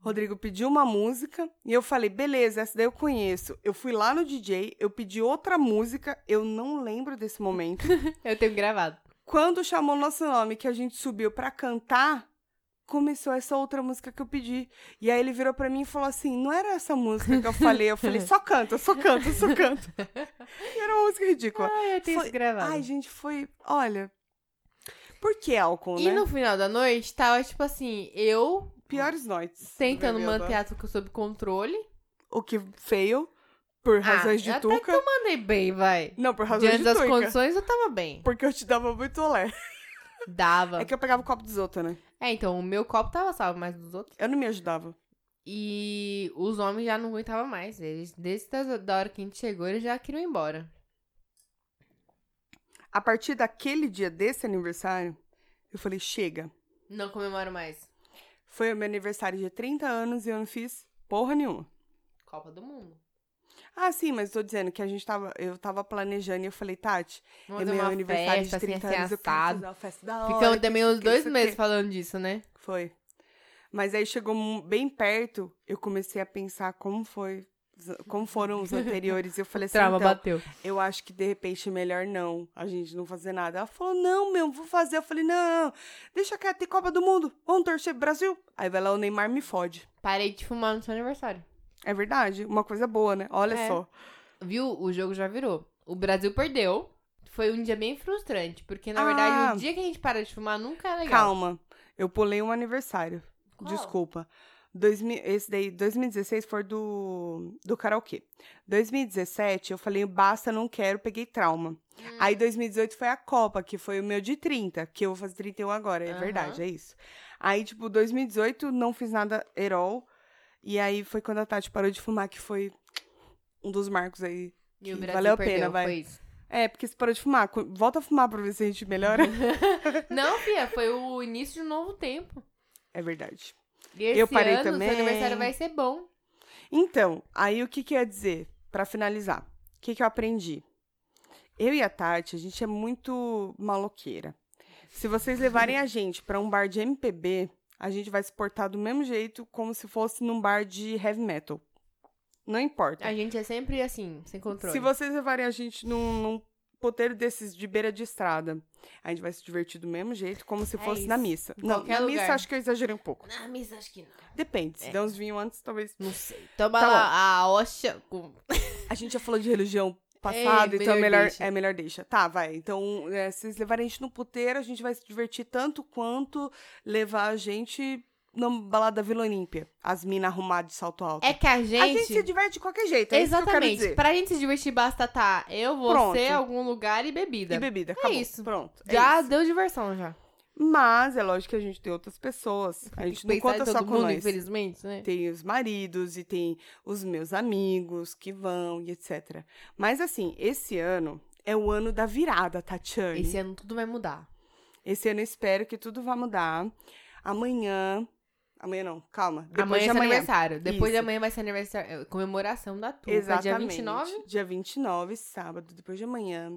Rodrigo pediu uma música e eu falei, beleza, essa daí eu conheço. Eu fui lá no DJ, eu pedi outra música, eu não lembro desse momento. Eu tenho gravado. Quando chamou nosso nome, que a gente subiu pra cantar, começou essa outra música que eu pedi. E aí ele virou pra mim e falou assim: não era essa música que eu falei. Eu falei, só canta, só canta, só canta. E era uma música ridícula. Ai, eu tenho Foi- isso gravado. Ai, gente, foi. Olha. Por que álcool, e né? no final da noite, tava tipo assim, eu Piores noites. tentando bebendo. manter a Tuca sob controle. O que feio, por razões de Ah, até tuca. que eu mandei bem, vai. Não, por razões Diante de das tuca. condições, eu tava bem. Porque eu te dava muito olé. Dava. É É, que eu pegava o copo dos outros, né? então, o meu copo tava salvo mais dos outros. Eu não me ajudava. E os homens já não aguentavam mais. Eles, desde da da hora que a gente chegou, eles já queriam ir embora. A partir daquele dia desse aniversário, eu falei, chega. Não comemoro mais. Foi o meu aniversário de 30 anos e eu não fiz porra nenhuma. Copa do Mundo. Ah, sim, mas tô dizendo que a gente tava. Eu tava planejando e eu falei, Tati, Vamos é fazer meu uma aniversário festa, de 30 assim, anos. assim, Eu quero assado. fazer uma festa da hora. Ficamos que também isso, uns que dois isso, que- meses falando disso, né? Foi. Mas aí chegou mu- bem perto, eu comecei a pensar como foi. Como foram os anteriores? E eu falei assim, Trauma então, bateu. eu acho que de repente é melhor não, a gente não fazer nada. Ela falou, não, meu, vou fazer. Eu falei, não, deixa quieto, tem Copa do Mundo, vamos torcer pro Brasil. Aí vai lá, o Neymar me fode. Parei de fumar no seu aniversário. É verdade, uma coisa boa, né? Olha É. só. Viu? O jogo já virou. O Brasil perdeu. Foi um dia bem frustrante, porque na Ah. verdade o dia que a gente para de fumar nunca é legal. Calma, eu pulei um aniversário, Qual? desculpa. 2000 esse daí, 2016 foi do, do karaokê. 2017 eu falei, basta, não quero, peguei trauma. Aí Hum. 2018 foi a Copa, que foi o meu de 30, que eu vou fazer 31 agora, é Aham. verdade, é isso. Aí, tipo, 2018 não fiz nada herol. E aí foi quando a Tati parou de fumar, que foi um dos marcos aí. E o que Brasil valeu a perdeu, pena, vai. foi isso. É, porque se parou de fumar, co- volta a fumar pra ver se a gente melhora. Uhum. Não, Fia, foi o início de um novo tempo. é verdade. E esse Eu parei ano, seu também. aniversário vai ser bom. Então, aí o que que eu ia dizer pra finalizar? O que que eu aprendi? Eu e a Tati, a gente é muito maloqueira. Se vocês levarem a gente pra um bar de MPB, a gente vai se portar do mesmo jeito como se fosse num bar de heavy metal. Não importa. A gente é sempre assim, sem controle. Se vocês levarem a gente num, num poteiro desses de beira de estrada, a gente vai se divertir do mesmo jeito como se É fosse na isso. missa. Em Não, qualquer na missa lugar. acho que eu exagerei um pouco. Na missa, acho que não. Depende. Se É. der uns vinhos antes, talvez Não sei. Toma Tá lá a hostia. com- A gente já falou de religião passado, É, então é melhor melhor, deixa. é melhor deixa. Tá, vai. Então, é, se vocês levarem a gente no puteiro, a gente vai se divertir tanto quanto levar a gente na balada Vila Olímpia. As minas arrumadas de salto alto. É que a A gente se gente. diverte de qualquer jeito, é isso que Exatamente. eu quero dizer. pra gente se divertir, basta tá eu, você, Pronto. algum lugar e bebida. E bebida, acabou. isso. Pronto. é já isso. deu diversão já. Mas é lógico que a gente tem outras pessoas. A gente não Pensar em conta todo só com mundo, nós. infelizmente, né? Tem os maridos e tem os meus amigos que vão e etc. Mas assim, esse ano é o ano da virada, Tatiane. Esse ano tudo vai mudar. Esse ano eu espero que tudo vá mudar. Amanhã. Amanhã não, calma. Depois amanhã é de seu amanhã. aniversário. Depois de Isso. amanhã vai ser aniversário, é, comemoração da turma. É Dia Exatamente. 29. Dia 29, sábado, depois de amanhã.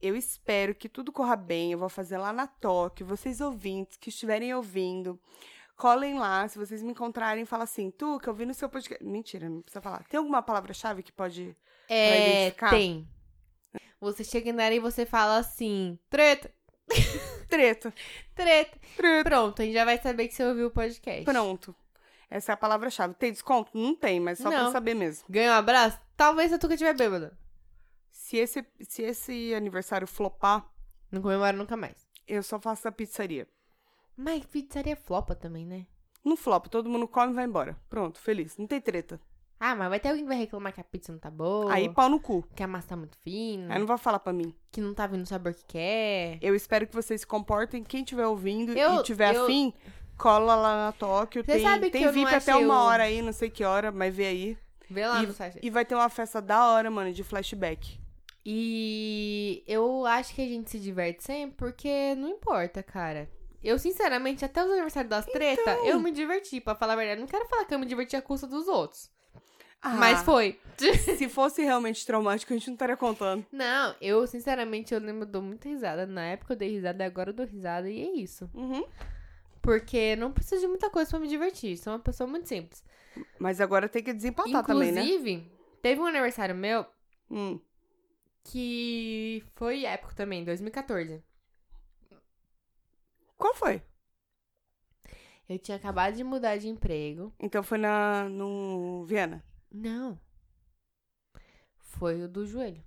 Eu espero que tudo corra bem. Eu vou fazer lá na Tóquio. Vocês ouvintes que estiverem ouvindo, colem lá. Se vocês me encontrarem, fala assim: Tuca, eu vi no seu podcast. Mentira, não precisa falar. Tem alguma palavra-chave que pode. Pra É, identificar? tem. Você chega na área e você fala assim: treta, Treta. treta. Treta. Pronto, a gente já vai saber que você ouviu o podcast. Pronto. Essa é a palavra-chave. Tem desconto? Não tem, mas só pra Não. saber mesmo. Ganha um abraço? Talvez a Tuca tiver bêbada. Se esse, se esse aniversário flopar, Não comemora nunca mais. eu só faço a pizzaria. Mas pizzaria flopa também, né? Não flopa, todo mundo come e vai embora. Pronto, feliz. Não tem treta. Ah, mas vai ter alguém que vai reclamar que a pizza não tá boa. Aí É pau no cu. Que a massa tá muito fina. Aí não vai falar pra mim. Que não tá vindo o sabor que quer. Eu espero que vocês se comportem. Quem estiver ouvindo Eu- e tiver eu- afim, cola lá na Tóquio. Você Tem, sabe que tem eu não VIP até achei uma o- hora aí, não sei que hora, mas vê aí. Vê lá no site. E vai ter uma festa da hora, mano, de flashback. E eu acho que a gente se diverte sempre porque não importa, cara. Eu, sinceramente, até os aniversários das treta, Então! eu me diverti, pra falar a verdade. Não quero falar que eu me diverti à custa dos outros. Ah, Mas foi. se fosse realmente traumático, a gente não estaria contando. Não, eu, sinceramente, eu lembro, eu dou muita risada. Na época eu dei risada, agora eu dou risada e é isso. Uhum. Porque não preciso de muita coisa pra me divertir. Sou uma pessoa muito simples. Mas agora tem que desempatar também, né? Inclusive, teve um aniversário meu Hum. que foi épico também, 2014. Qual foi? Eu tinha acabado de mudar de emprego. Então foi na no Viena. Não. Foi o do joelho.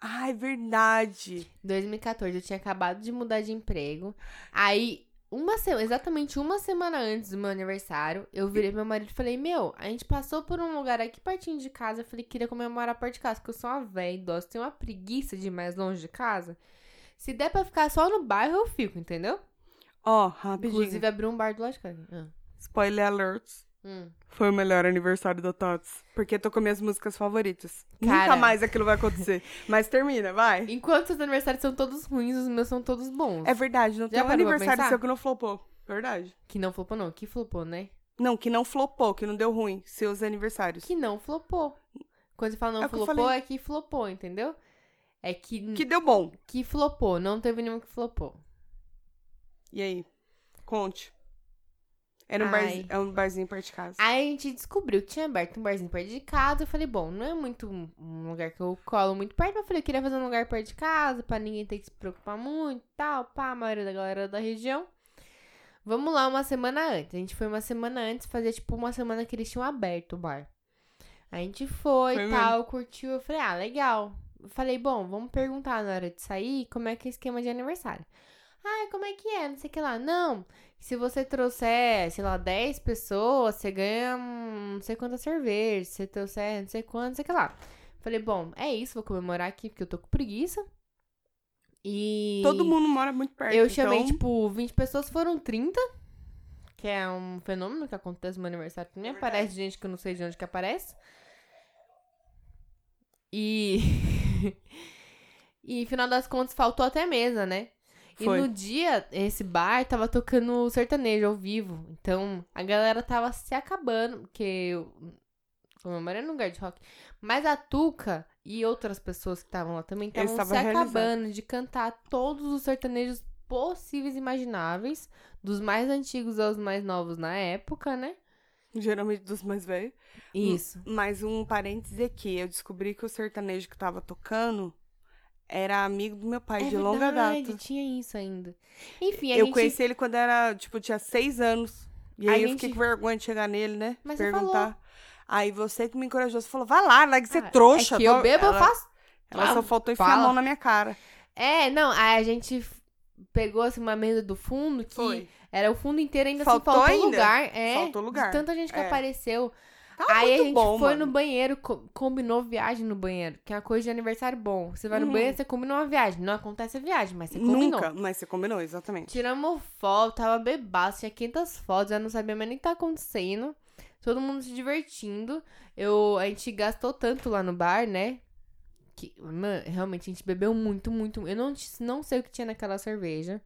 Ah, é verdade. 2014, eu tinha acabado de mudar de emprego. Aí, uma se- exatamente uma semana antes do meu aniversário, eu virei pro meu marido e falei: Meu, a gente passou por um lugar aqui pertinho de casa. Eu falei: Queria comemorar perto de casa, porque eu sou uma velha idosa, tenho uma preguiça de ir mais longe de casa. Se der pra ficar só no bairro, eu fico, entendeu? Ó, rapidinho. Inclusive, abriu um bar do lado de casa. Ah. Spoiler alerts. Hum. Foi o melhor aniversário da Tots. Porque tô com minhas músicas favoritas. Cara. Nunca mais aquilo vai acontecer. Mas termina, vai. Enquanto os aniversários são todos ruins, os meus são todos bons. É verdade, não Já tem um parou pra aniversário pensar? seu que não flopou. Verdade. Que não flopou, não. Que flopou, né? Não, que não flopou, que não deu ruim. Seus aniversários. que não flopou. Quando você fala não É o que eu flopou, falei. é que flopou, entendeu? É que, Que que... deu bom. flopou, não teve nenhum que flopou. E aí? Conte. Era um, Ai. barzinho, é um barzinho perto de casa. Aí a gente descobriu que tinha aberto um barzinho perto de casa. Eu falei, bom, não é muito um- um lugar que eu colo muito perto, mas eu falei, eu queria fazer um lugar perto de casa, pra ninguém ter que se preocupar muito e tal. Pá, a maioria da galera da região. Vamos lá uma semana antes. A gente foi uma semana antes fazer, tipo, uma semana que eles tinham aberto o bar. A gente foi Foi e tal, curtiu. Eu falei, ah, legal. Eu falei, bom, vamos perguntar na hora de sair como é que é o esquema de aniversário. Ai, como é que é? Não sei o que lá. Não, se você trouxer, sei lá, 10 pessoas, você ganha hum, não sei quantas cervejas. Se você trouxer não sei quanto, não sei o que lá. Falei, bom, é isso, vou comemorar aqui porque eu tô com preguiça. E. Todo mundo mora muito perto. Eu então... chamei, tipo, 20 pessoas, foram 30. Que é um fenômeno que acontece no meu aniversário também. É Aparece gente que eu não sei de onde que aparece. E. e final das contas, faltou até mesa, né? Foi. E no dia, esse bar tava tocando sertanejo ao vivo. Então, a galera tava se acabando, porque eu. Comemorando um lugar de rock. Mas a Tuca e outras pessoas que estavam lá também Eles estavam se estavam realizando. acabando de cantar todos os sertanejos possíveis e imagináveis, dos mais antigos aos mais novos na época, né? Geralmente dos mais velhos. Isso. Mas um parêntese aqui, eu descobri que o sertanejo que tava tocando era amigo do meu pai É de longa verdade, data. tinha isso ainda. Enfim, a eu gente... conheci ele quando era, tipo, tinha seis anos. E A aí eu gente- fiquei com vergonha de chegar nele, né? Mas você Perguntar. falou. Aí você que me encorajou, você falou, vai lá, larga de ser Ah, trouxa. É que eu Tô- bebo, eu ela, faço... Ela só faltou enfiar a Fala. mão na minha cara. É, não, aí a gente f- pegou, assim, uma mesa do fundo que... Foi. Era o fundo inteiro, ainda Faltou assim, faltou ainda? lugar. É, Faltou lugar. De tanta gente que É. apareceu. Tá Aí muito a gente bom, foi mano. no banheiro, co- combinou viagem no banheiro, que é uma coisa de aniversário bom. Você vai Uhum. no banheiro, você combinou uma viagem. Não acontece a viagem, mas você combinou. Nunca, mas você combinou, exatamente. Tiramos foto, tava bebaço, tinha 500 fotos, já não sabia mais nem o que tá acontecendo. Todo mundo se divertindo. Eu, a gente gastou tanto lá no bar, né? Que, mano, realmente a gente bebeu muito, muito. Eu não, te- não sei o que tinha naquela cerveja,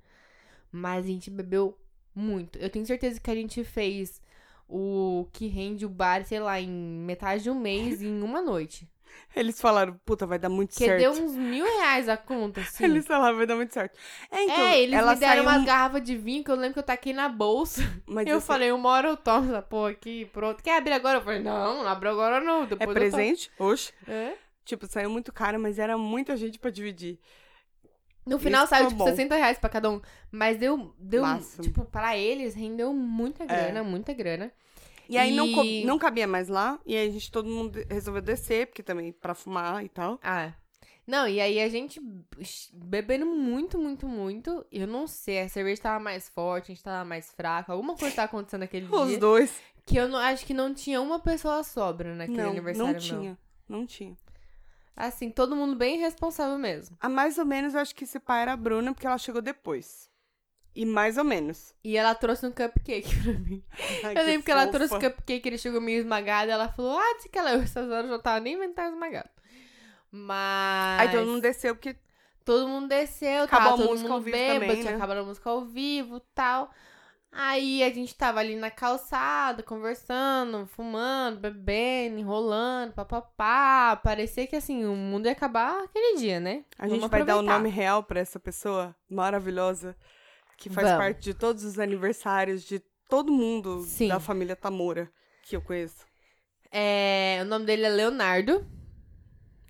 mas a gente bebeu muito. Eu tenho certeza que a gente fez o que rende o bar, sei lá, em metade de um mês, em uma noite. Eles falaram, puta, vai dar muito Que certo. deu uns mil reais a conta, assim. Eles falaram, vai dar muito certo. É, então, é, eles ela me deram saiu... umas garrafas de vinho que eu lembro que eu taquei na bolsa. Mas assim, eu esse- falei, uma hora eu tomo essa porra aqui, pronto. Quer abrir agora? Eu falei, não, não abre agora não. É Depois eu tomo. presente? Oxe. É. Tipo, saiu muito caro, mas era muita gente pra dividir. No final Isso saiu, foi tipo, bom. 60 reais pra cada um. Mas deu, deu Máximo. tipo, pra eles rendeu muita grana, muita grana. E aí Não, co- E- não cabia mais lá, e aí a gente, todo mundo resolveu descer, porque também pra fumar e tal. Ah, Não, e aí a gente bebendo muito, muito, muito. Eu não sei, a cerveja tava mais forte, a gente tava mais fraco. Alguma coisa tava acontecendo naquele Os dia. dois. Que eu não, acho que não tinha uma pessoa sobra naquele Não, É aniversário, não tinha. Não tinha. Assim, todo mundo bem responsável mesmo. A mais ou menos, eu acho que esse pai era a Bruna, porque ela chegou depois. E mais ou menos. E ela trouxe um cupcake pra mim. Ai, eu lembro que ela trouxe fofa. cupcake, ele chegou meio esmagado. Ela falou, ah, disse que ela, essas horas eu já tava nem mental esmagado. Mas... Aí todo mundo desceu, porque Todo mundo desceu, Acabou tava a todo música mundo ao vivo bêbado, também, tinha né? acabado a música ao vivo tal. Aí a gente tava ali na calçada, conversando, fumando, bebendo, enrolando, papapá. Parecia que assim, o mundo ia acabar aquele dia, né? a gente Vamos vai dar o aproveitar. nome real pra essa pessoa maravilhosa, que faz Vamos. parte de todos os aniversários de todo mundo Sim. da família Tamura, que eu conheço. É, o nome dele é Leonardo.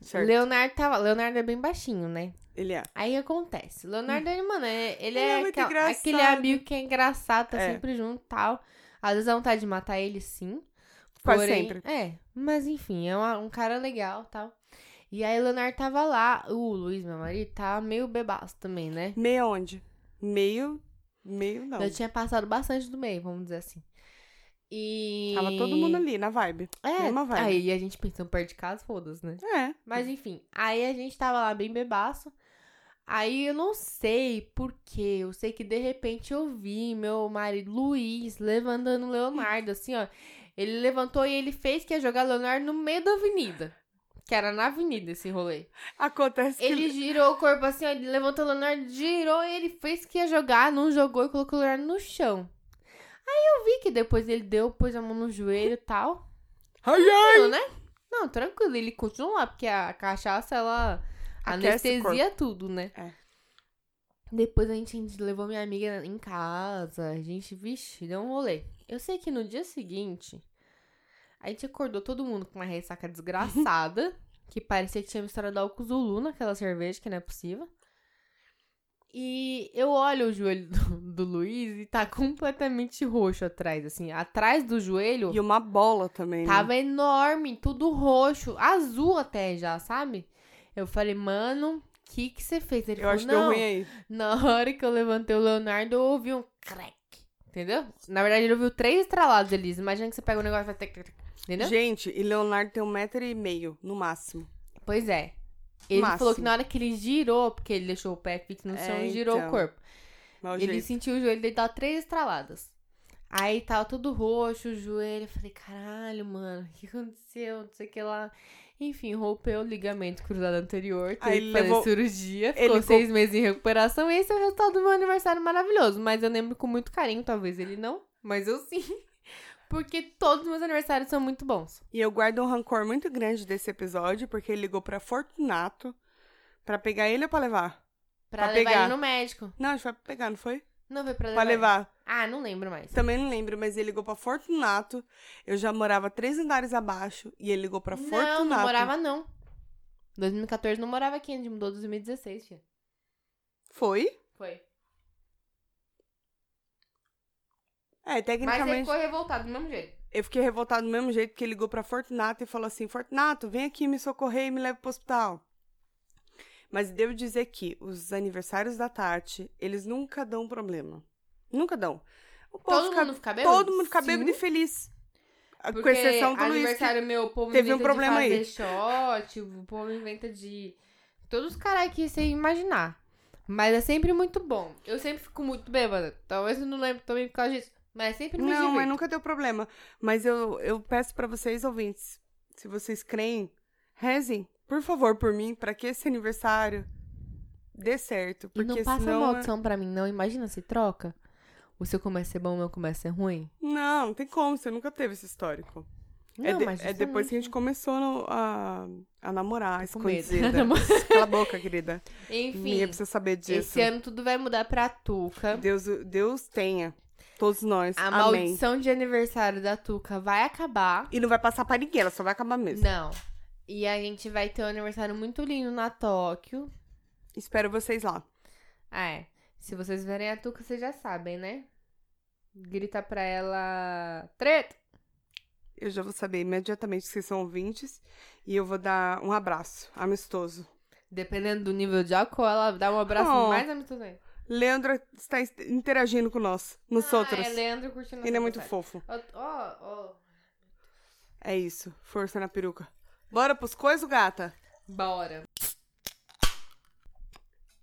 Certo? Leonardo tava. Leonardo é bem baixinho, né? Ele é. Aí acontece. Leonardo, ele, mano, é- Ele ele é é, muito aquel- engraçado. aquele amigo que é engraçado, tá É. sempre junto e tal. Às vezes dá vontade de matar ele, sim. Quase Porém- sempre. É, mas enfim, é uma- um cara legal tal. E aí, Leonardo tava lá. O Luiz, meu marido, tá meio bebaço também, né? Meio onde? Meio. Meio não. Eu tinha passado bastante do meio, vamos dizer assim. E. Tava todo mundo ali, na vibe. É, mesma vibe. aí a gente pensando perto de casa, foda-se, né? É. Mas enfim, aí a gente tava lá bem bebaço. Aí eu não sei por quê. Eu sei que de repente eu vi meu marido Luiz levantando o Leonardo, assim, ó. Ele levantou e ele fez que ia jogar Leonardo no meio da avenida. Que era na avenida esse rolê. Acontece Ele girou o corpo assim, ó, ele levantou o Leonardo, girou, ele fez que ia jogar, não jogou e colocou o Leonardo no chão. Aí eu vi que depois ele deu, pôs a mão no joelho e tal. que. Ai, ai! Tranquilo, né? Não, tranquilo. Ele continua lá, porque a cachaça, ela Aquece o anestesia tudo, né? É. Depois a gente, a gente levou minha amiga em casa. A gente, vixe, deu um rolê. Eu sei que no dia seguinte, a gente acordou todo mundo com uma ressaca desgraçada. que parecia que tinha misturado álcool Zulu naquela cerveja, que não é possível. E eu olho o joelho do, do Luiz e tá completamente roxo atrás, assim. Atrás do joelho, E uma bola também. né? Tava enorme, tudo roxo, azul até já, sabe? Eu falei, mano, o que que você fez? Ele Eu acho que deu falou, ruim não. aí. Na hora que eu levantei o Leonardo, eu ouvi um crack, entendeu? Na verdade, ele ouviu três estralados, Elise. Imagina que você pega o negócio e faz... tec, tec, tec, Entendeu? Gente, e Leonardo tem um metro e meio, no máximo. Pois é. Ele Máximo. falou que na hora que ele girou, porque ele deixou o pé fixo no É, chão e girou então. o corpo. Mas, ele gente, sentiu o joelho dele dar três estraladas. Aí tava tudo roxo, o joelho. Eu falei, caralho, mano, o que aconteceu? Não sei o que lá. Enfim, rompeu o ligamento cruzado anterior, teve Aí que ele fazer levou- cirurgia, ele ficou ficou- seis meses em recuperação. Esse é o resultado do meu aniversário maravilhoso. Mas eu lembro com muito carinho, talvez ele não, mas eu sim. Porque todos os meus aniversários são muito bons. E eu guardo um rancor muito grande desse episódio, porque ele ligou pra Fortunato pra pegar ele ou pra levar? Pra, Pra levar pegar. ele no médico. Não, acho que foi pra pegar, não foi? Não foi pra levar. Pra levar. Ah, não lembro mais. Também não lembro, mas ele ligou pra Fortunato. Eu já morava três andares abaixo e ele ligou pra Fortunato. Não, não morava não. 2014 não morava aqui, a gente mudou em 2016, tia. Foi? Foi. É, Mas ele tecnicamente. ficou revoltado do mesmo jeito. Eu fiquei revoltado do mesmo jeito que ele ligou pra Fortunato e falou assim: Fortunato, vem aqui me socorrer e me leva pro hospital. Mas devo dizer que os aniversários da Tati, eles nunca dão problema. Nunca dão. O povo Todo fica- mundo fica bêbado? todo mundo fica Sim, bêbado e feliz. A- Com porque exceção do Luiz. Que... aniversário meu, o povo teve um inventa problema de aí. fazer shot, o povo inventa de... Todos os caras que você imaginar. Mas é sempre muito bom. Eu sempre fico muito bêbada. Talvez eu não lembre também por causa disso. Mas é sempre me Não, mas divirto. nunca deu problema. Mas eu, eu peço pra vocês, ouvintes, se vocês creem, rezem, por favor, por mim, pra que esse aniversário dê certo. E Porque não passa senão. é- maldição pra mim, não. Imagina se troca. O seu começa a ser bom, o meu começa a ser ruim. Não, não tem como, você nunca teve esse histórico. Não, É, de- mas é depois que a gente começou no- a, a namorar, Tô com medo. escondida. Cala a boca, querida. justamente. Ninguém Enfim, precisa saber disso. esse é ano tudo vai mudar pra Tuca. Deus, Deus tenha todos nós. A Amém. maldição de aniversário da Tuca vai acabar. E não vai passar pra ninguém, ela só vai acabar mesmo. Não. E a gente vai ter um aniversário muito lindo na Tóquio. Espero vocês lá. Ah, é. Se vocês verem a Tuca, vocês já sabem, né? Grita pra ela. Treta! Eu já vou saber imediatamente que vocês são ouvintes. E eu vou dar um abraço amistoso. Dependendo do nível de álcool, ela dá um abraço Oh. mais amistoso ainda. Leandro está est- interagindo com nós, nos Ah, outros. É Leandro curtindo Ele é essa muito passagem. fofo. Ó, ó, ó. É isso. Força na peruca. Bora pros coisas, gata? Bora.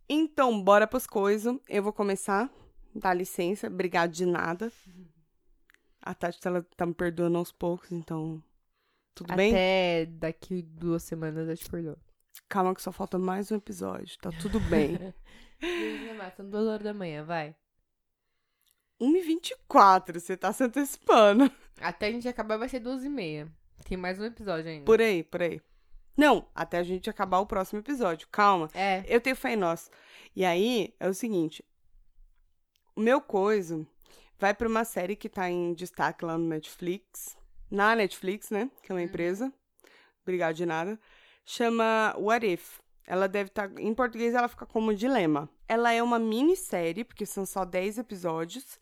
Então, bora pros coisas. Eu vou começar. Dá licença. Obrigado de nada. A Tati ela tá me perdoando aos poucos, então. Tudo bem? Até daqui duas semanas eu te perdoo. Calma que só falta mais um episódio. Tá tudo bem. São duas horas da manhã, vai. 1h24, você tá se antecipando. Até a gente acabar vai ser duas e meia. Tem mais um episódio ainda. Por aí, por aí. Não, até a gente acabar o próximo episódio. Calma. É. Eu tenho fé em nós. E aí, é o seguinte. O meu coisa vai pra uma série que tá em destaque lá no Netflix. Na Netflix, né? Que é uma empresa. Obrigado de nada. Chama What If. Ela deve estar... Em português, ela fica como Dilema. Ela é uma minissérie, porque são só 10 episódios.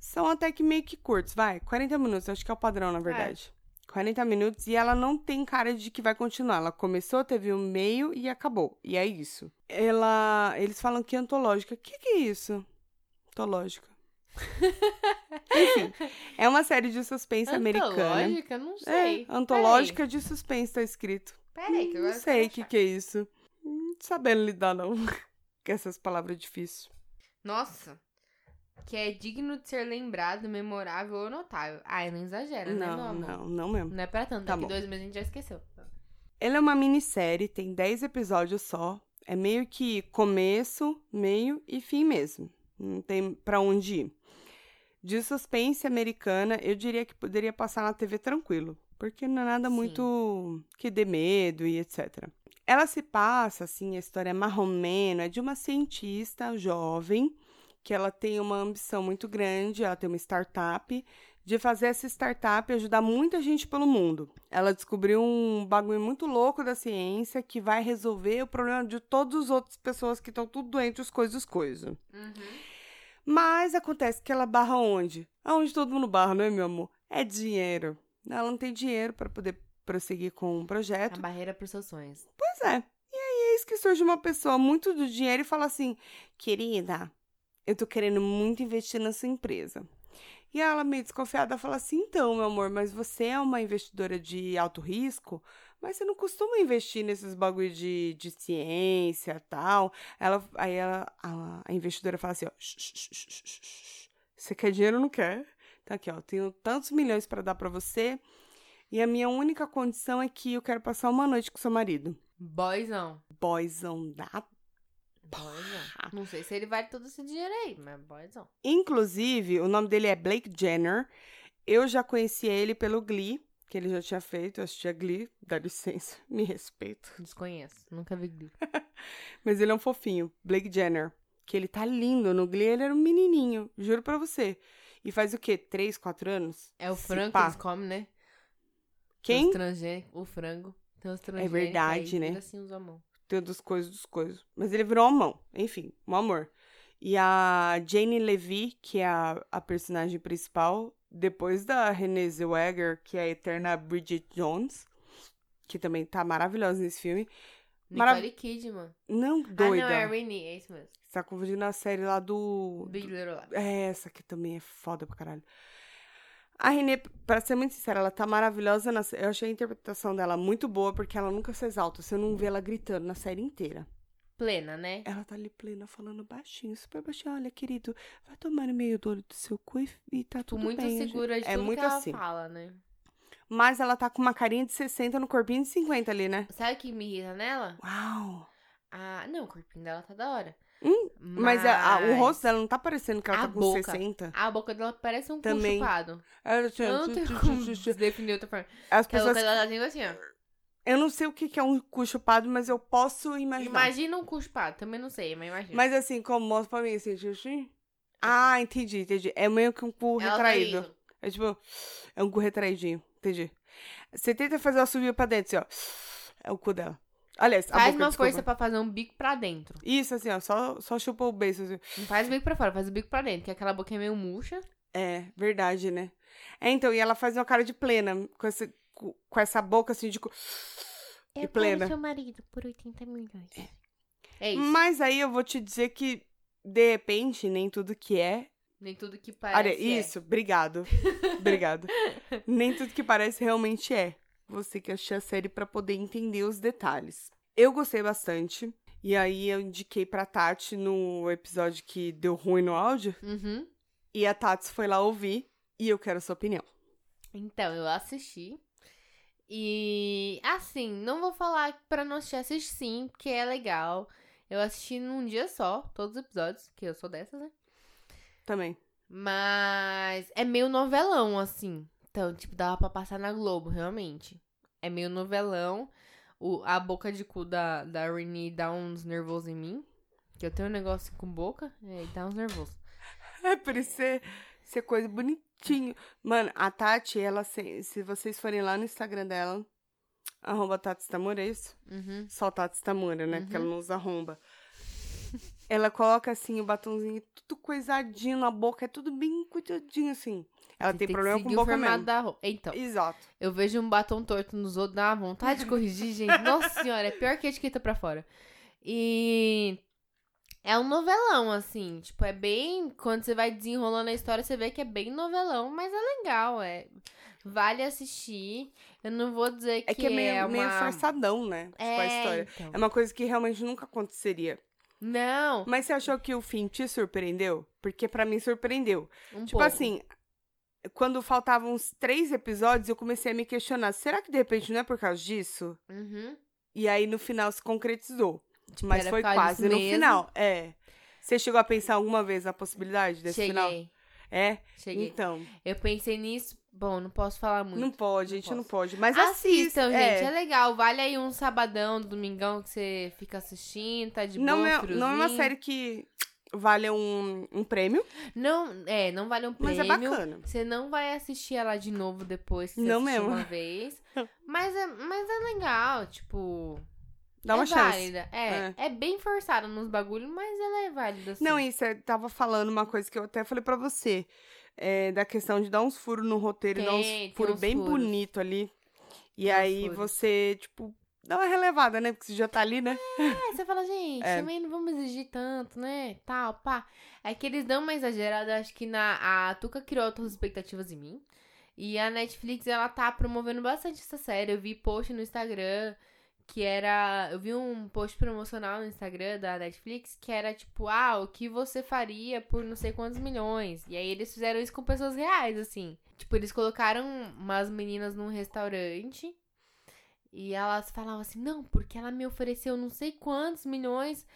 São até que meio que curtos, vai. 40 minutos, acho que é o padrão, na verdade. 40 minutos e ela não tem cara de que vai continuar. Ela começou, teve um meio e acabou. E é isso. Ela. Eles falam que é antológica. O que, que é isso? Antológica. Enfim, é uma série de suspense é americana. Antológica? Não sei. É, antológica de suspense, tá escrito. Peraí, que agora não eu sei o quero que, achar. que é isso. Não tô sabendo lidar, não. Com essas palavras difíceis. Nossa. Que é digno de ser lembrado, memorável ou notável. Ai, não exagera, né, meu Não, amor? não, não mesmo. Não é pra tanto. Tá Daqui bom. dois meses a gente já esqueceu. Ela é uma minissérie, tem 10 episódios só. É meio que começo, meio e fim mesmo. Não tem pra onde ir. De suspense americana, eu diria que poderia passar na TV tranquilo, porque não é nada Sim. muito que dê medo e etc. Ela se passa, assim, a história é marromeno, é de uma cientista jovem que ela tem uma ambição muito grande, ela tem uma startup de fazer essa startup ajudar muita gente pelo mundo. Ela descobriu um bagulho muito louco da ciência que vai resolver o problema de todas as outras pessoas que estão tudo doente, os coisas, os coisas. Uhum. Mas acontece que ela barra onde? Aonde todo mundo barra, não é, meu amor? É dinheiro. Ela não tem dinheiro para poder prosseguir com o A projeto. barreira pros seus sonhos. Pois é. E aí é isso que surge uma pessoa muito do dinheiro e fala assim: querida, eu tô querendo muito investir na sua empresa. E ela, meio desconfiada, fala assim: então, meu amor, mas você é uma investidora de alto risco, mas você não costuma investir nesses bagulho de, de ciência tal. Ela, aí ela, a, a investidora fala assim: ó, "Shh, shh, shh, shh, shh, shh. você quer dinheiro ou não quer? Tá aqui, ó, tenho tantos milhões pra dar pra você. E a minha única condição é que eu quero passar uma noite com seu marido Boyzão. boyzão da. Boyzão. Não sei se ele vale todo esse dinheiro aí, mas boyzão. Inclusive, o nome dele é Blake Jenner. Eu já conheci ele pelo Glee, que ele já tinha feito. Eu assistia Glee, dá licença, me respeito. Desconheço. Nunca vi Glee. Mas ele é um fofinho, Blake Jenner. Que ele tá lindo no Glee, ele era um menininho, juro pra você. E faz o quê? Três, quatro anos? É o Se frango que pá. eles comem, né? Tem Quem? os transgênicos, o frango. Tem os transgênicos. verdade, aí, né? vira Assim, usa a mão. Tem o dos coisas, dos coisas. Mas ele virou uma mão. Enfim, um amor. E a Jane Levy, que é a, a personagem principal, depois da Renée Zellweger, que é a eterna Bridget Jones, que também tá maravilhosa nesse filme. Marav- Nicole Kidman. Não doida. Ah, não, é a Renee, é isso mesmo. Você tá confundindo a série lá do... Big Little Lies. É, essa aqui também é foda pra caralho. A Renê, pra ser muito sincera, ela tá maravilhosa. Na... sé- Eu achei a interpretação dela muito boa, porque ela nunca se exalta. Você não vê ela gritando na série inteira. Plena, né? Ela tá ali plena, falando baixinho, super baixinho. Olha, querido, vai tomar no meio do olho do seu cu e, e tá Tipo, tudo muito bem. segura de É tudo muito que ela assim. fala, né? Mas ela tá com uma carinha de 60 no corpinho de 50 ali, né? Sabe o que me irrita nela? Uau! Ah, não, o corpinho dela tá da hora. Hum, Mas, a- a- o rosto dela não tá parecendo que ela A tá com boca. 60. A boca dela parece um Também. cu chupado. Ela tinha- Eu não tenho como definir outra forma. As Que a pessoas. boca dela tá sendo assim, ó. Eu não sei o que que é um cu chupado, mas eu posso imaginar. Imagina um cu chupado. Também não sei, mas imagina. Mas assim, como mostra pra mim assim, xixi. Ah, entendi, entendi. É meio que um cu Ela tá retraído. indo. É tipo, é um cu retraidinho. Entendi. Você tenta fazer ela subir pra dentro, assim, ó. É o cu dela. Aliás, a Faz boca, uma desculpa. força pra fazer um bico pra dentro. Isso, assim, ó. Só, só chupou o beijo, assim. Não faz o bico pra fora, faz o bico pra dentro. Que aquela boquinha meio murcha. É, verdade, né? É, então, e ela faz uma cara de plena, com, esse, cu- com essa boca, assim, de... cu- e plena. seu marido por 80 milhões. É isso. Mas aí eu vou te dizer que, de repente, nem tudo que é. Nem tudo que Olha, parece. é. isso, obrigado. obrigado. Nem tudo que parece realmente é. Você que assistiu a série pra poder entender os detalhes. Eu gostei bastante. E aí eu indiquei pra Tati no episódio que deu ruim no áudio. Uhum. E a Tati foi lá ouvir. E eu quero a sua opinião. Então, eu assisti. E, assim, não vou falar pra não assistir, assiste sim, porque é legal. Eu assisti num dia só, todos os episódios, que eu sou dessas, né? Também. Mas é meio novelão, assim. Então, tipo, dava pra passar na Globo, realmente. É meio novelão. O, a boca de cu da, da Renee dá uns nervosos em mim. Que eu tenho um negócio com boca, e dá uns nervosos. É por isso ser, ser coisa bonitinho. Mano, a Tati, ela se, se vocês forem lá no Instagram dela, arroba Tati Tamura, é isso? Uhum. Só Tati Tamura, né? Porque Uhum. ela não usa arromba. Ela coloca assim o batonzinho tudo coisadinho na boca, é tudo bem cuidadinho assim. Ela tem, que problema com seguir o boca formato mesmo. da roupa. Então, Exato. eu vejo um batom torto nos outros, dá uma vontade de corrigir, gente. Nossa senhora, é pior que a etiqueta pra fora. E é um novelão, assim. Tipo, é bem. Quando você vai desenrolando a história, você vê que é bem novelão, mas é legal. É... Vale assistir. Eu não vou dizer que É que é meio, é uma... meio forçadão, né? Tipo, a É, história. então. É uma coisa que realmente nunca aconteceria. Não, Mas você achou que o fim te surpreendeu? Porque pra mim surpreendeu. um Tipo pouco. assim, quando faltavam uns três episódios, eu comecei a me questionar: será que de repente não é por causa disso? Uhum. E aí no final se concretizou. Tipo, mas era foi por causa quase disso no mesmo. final. É. Você chegou a pensar alguma vez na possibilidade desse Cheguei, final? É? cheguei. Então, Eu pensei nisso. Bom, não posso falar muito. não pode, não a gente não posso. pode. Mas Assistam, assista, gente. É. é. legal. Vale aí um sabadão, domingão que você fica assistindo, tá de Não boa, é, não é uma friozinho. série que vale um, um prêmio, Não, é, não vale um mas prêmio. é bacana. Você não vai assistir ela de novo depois que você Não assistiu mesmo. uma vez. Mas é, mas é legal, tipo... Dá é uma chance. válida. É, é. bem forçada nos bagulhos, mas ela é válida, assim. Não, e você tava falando uma coisa que eu até falei pra você. é, da questão de dar uns furos no roteiro, e dar Tem, uns tem furos uns bem furos. bonito ali. E Tem uns aí furos. você, tipo, dá uma relevada, né? Porque você já tá ali, né? É, você fala, gente, É. também não vamos exigir tanto, né? Tal, pá. É que eles dão uma exagerada, acho que na. A Tuca criou outras expectativas em mim. E a Netflix, ela tá promovendo bastante essa série. Eu vi post no Instagram que era. Eu vi um post promocional no Instagram da Netflix que era tipo, ah, o que você faria por não sei quantos milhões. E aí eles fizeram isso com pessoas reais, assim. Tipo, eles colocaram umas meninas num restaurante. E elas falavam assim, não, porque ela me ofereceu não sei quantos milhões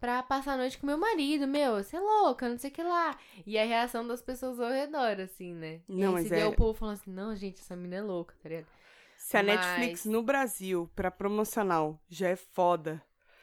pra passar a noite com meu marido, meu, você é louca, não sei o que lá. E a reação das pessoas ao redor, assim, né? Não, e aí mas se vê é- o povo falando assim, não, gente, essa menina é louca, tá ligado? Se a Mas- Netflix no Brasil, pra promocional, já é foda.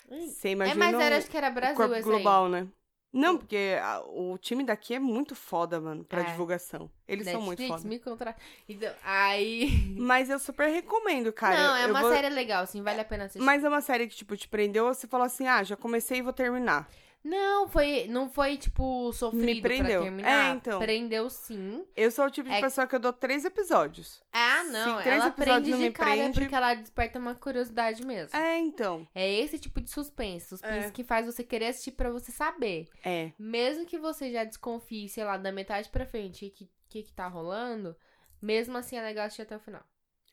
Você é, imagina mas era, o- acho que era o Brasil corpo essa global, né? Não, porque a- o time daqui é muito foda, mano, pra É. divulgação. aí. Eles são muito Netflix, foda. me contrata. Então, aí... Mas eu super recomendo, cara. não, é Eu uma vou- série legal, assim, vale a pena assistir. Mas é uma série que, tipo, te prendeu ou você falou assim, ah, já comecei e vou terminar. Não, foi, não foi, tipo, sofrido pra prendeu. terminar. É, então. Prendeu sim. Eu sou o tipo de É- pessoa que eu dou três episódios. Ah, Se não, três ela episódios prende não de me cara prende- porque ela desperta uma curiosidade mesmo. É, É, então. esse tipo de suspense, suspense É. que faz você querer assistir pra você saber. É. Mesmo que você já desconfie, sei lá, da metade pra frente, o que, que que tá rolando, mesmo assim é legal assistir até o final.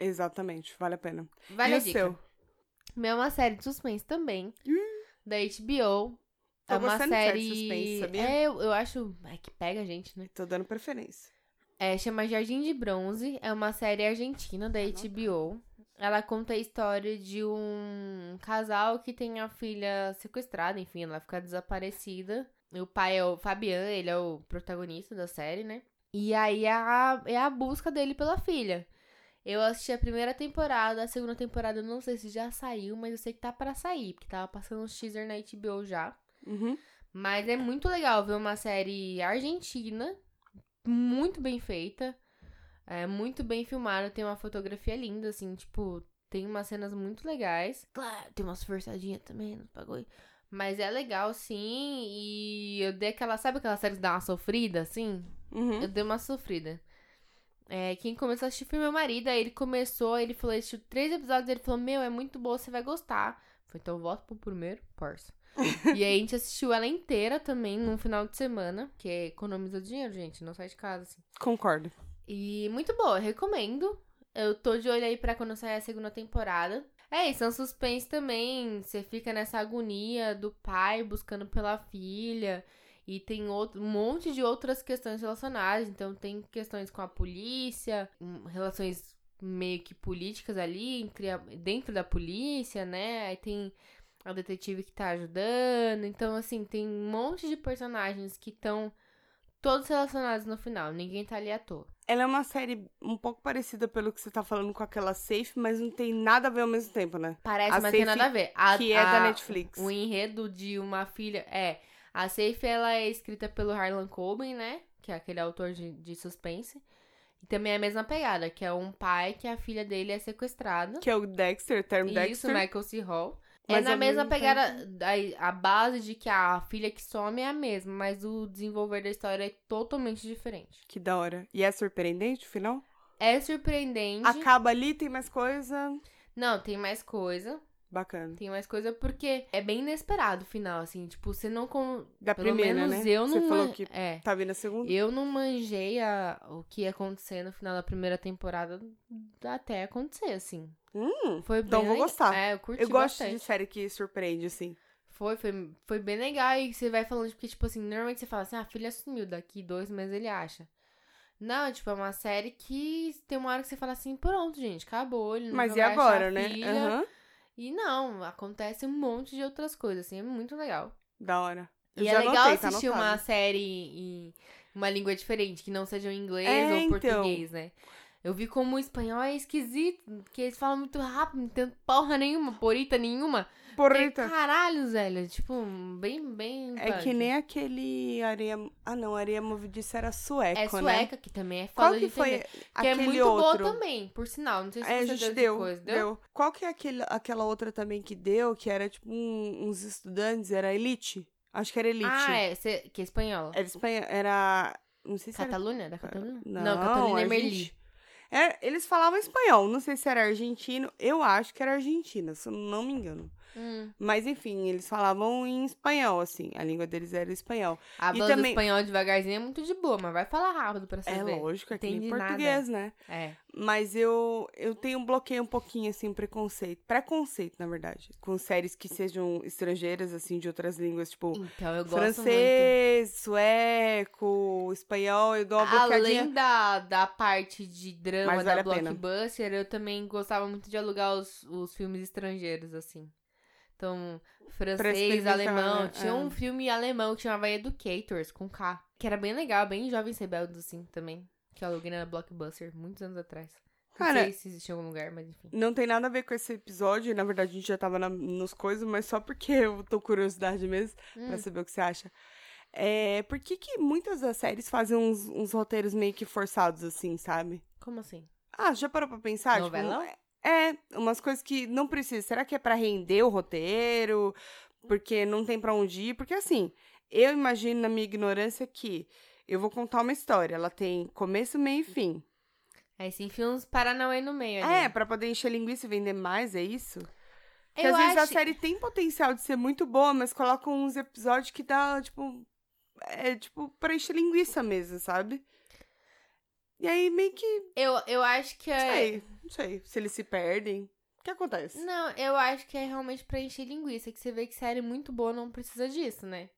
Exatamente, vale a pena. Vale e a o dica. seu? Meu é uma série de suspense também, da HBO. Tô é uma gostando de série de série... suspense, sabia? É, eu, eu acho... É que pega a gente, né? Tô dando preferência. É, chama Jardim de Bronze, é uma série argentina da HBO. Ela conta a história de um casal que tem a filha sequestrada, enfim, ela fica desaparecida. E O pai é o Fabian, ele é o protagonista da série, né? E aí a- é a busca dele pela filha. Eu assisti a primeira temporada, a segunda temporada eu não sei se já saiu, mas eu sei que tá pra sair, porque tava passando um teaser na HBO já. Uhum. Mas é muito legal ver uma série argentina, muito bem feita, é muito bem filmada, tem uma fotografia linda, assim, tipo, tem umas cenas muito legais. Claro, tem umas forçadinhas também, não pagou. Mas é legal, sim, e eu dei aquela, sabe aquela série que dá uma sofrida, assim? Uhum. Eu dei uma sofrida. É, quem começou a assistir foi meu marido, aí ele começou, ele falou, ele assistiu três episódios, ele falou, meu, é muito boa, você vai gostar. Foi, então eu voto pro primeiro, parça. e aí a gente assistiu ela inteira também, num final de semana, que economiza dinheiro, gente, não sai de casa, assim. Concordo. E muito boa, eu recomendo. Eu tô de olho aí pra quando sair a segunda temporada. É isso, é um suspense também. Você fica nessa agonia do pai buscando pela filha. E tem outro, um monte de outras questões relacionadas. Então tem questões com a polícia, hum, relações meio que políticas ali, entre a- dentro da polícia, né? Aí tem a detetive que tá ajudando. Então, assim, tem um monte de personagens que estão todos relacionados no final. Ninguém tá ali à toa. Ela é uma série um pouco parecida pelo que você tá falando com aquela Safe, mas não tem nada a ver ao mesmo tempo, né? Parece, A mas tem Safe, nada a ver. A- que é da a- Netflix. O enredo de uma filha. É. A Safe, ela é escrita pelo Harlan Coben, né? Que é aquele autor de, de suspense. E também é a mesma pegada, que é um pai que a filha dele é sequestrada. Que é o Dexter, Term E Dexter. Isso, Michael C. Hall. é Mas na ao mesma mesmo pegada, da- a base de que a filha que some é a mesma, mas o desenvolver da história é totalmente diferente. Que da hora. E é surpreendente o final? É surpreendente. Acaba ali, tem mais coisa. Não, tem mais coisa. Bacana. Tem mais coisa porque é bem inesperado o final, assim. Tipo, você não. con- Da Pelo primeira, menos né? eu não. Você falou man- que É. tá vindo a segunda. Eu não manjei a- o que ia acontecer no final da primeira temporada até acontecer, assim. Hum, Foi Então bem vou le- gostar. É, eu curti eu gosto bastante. de série que surpreende, assim. Foi, foi, foi bem legal. E você vai falando, porque, tipo assim, normalmente você fala assim, ah, a filha sumiu, daqui dois meses ele acha. Não, tipo, é uma série que tem uma hora que você fala assim, pronto, gente, acabou. Ele não Mas vai e achar a agora, né? filha. Aham. E não, acontece um monte de outras coisas, assim, é muito legal. Da hora. Eu E já é legal anotei, tá assistir anotado. uma série em uma língua diferente, que não seja o inglês É, ou o então. português, né? Eu vi como o espanhol é esquisito, porque eles falam muito rápido, não tem porra nenhuma, porita nenhuma. Tem Porrita. caralho, velho. Tipo, bem, bem. É que punk. nem aquele areia... Ah, não. Areia Movidice era sueco, É né? sueca, que também é foda Qual que de foi entender. Que é aquele muito outro? boa também, por sinal. Não sei se É, a você gente deu, deu, de coisa. Deu? deu. Qual que é aquele, aquela outra também que deu, que era tipo um- uns estudantes, era elite? Acho que era elite. Ah, é. cê- que é espanhola. Era espanha, era... Não sei se era... Catalunha? Da Catalunha? Ah, Não, Catalunha é Argenti- Merli. É, eles falavam espanhol, não sei se era argentino, eu acho que era argentina, se eu não me engano. Hum. Mas enfim, eles falavam em espanhol, assim, a língua deles era espanhol. A E banda também- espanhol devagarzinho é muito de boa, mas vai falar rápido pra você É ver. lógico, é que nem Entendi nada. português, né? É. Mas eu, eu tenho um bloqueio um pouquinho, assim, preconceito. Preconceito, na verdade. Com séries que sejam estrangeiras, assim, de outras línguas, tipo Então eu gosto muito. francês, sueco, espanhol, eu dou uma bloqueadinha. Além da, da parte de drama Mas da vale a pena. blockbuster, eu também gostava muito de alugar os, os filmes estrangeiros, assim. Então, francês, experimentar, alemão. né? Tinha É. um filme alemão que chamava Educators, com K. Que era bem legal, bem jovens rebeldes, assim, também. Que eu aluguei na Blockbuster, muitos anos atrás. Não Cara- sei se existe em algum lugar, mas enfim. Não tem nada a ver com esse episódio, na verdade a gente já tava na- nos coisas, mas só porque eu tô curiosidade mesmo pra Hum. saber o que você acha. É, por que que muitas das séries fazem uns, uns roteiros meio que forçados, assim, sabe? Como assim? Ah, já parou pra pensar? Tipo, Novelão? é, umas coisas que não precisa. Será que é pra render o roteiro? Porque não tem pra onde ir? Porque assim, eu imagino na minha ignorância que eu vou contar uma história, ela tem começo, meio e fim. Aí se enfia uns Paranauê no meio ali. É, pra poder encher linguiça e vender mais, é isso? Porque eu às vezes a acho- série tem potencial de ser muito boa, mas colocam uns episódios que dá, tipo. É tipo pra encher linguiça mesmo, sabe? E aí meio que. Eu, eu acho que Não é. sei, não sei. Se eles se perdem. O que acontece? Não, eu acho que é realmente pra encher linguiça, que você vê que série muito boa não precisa disso, né?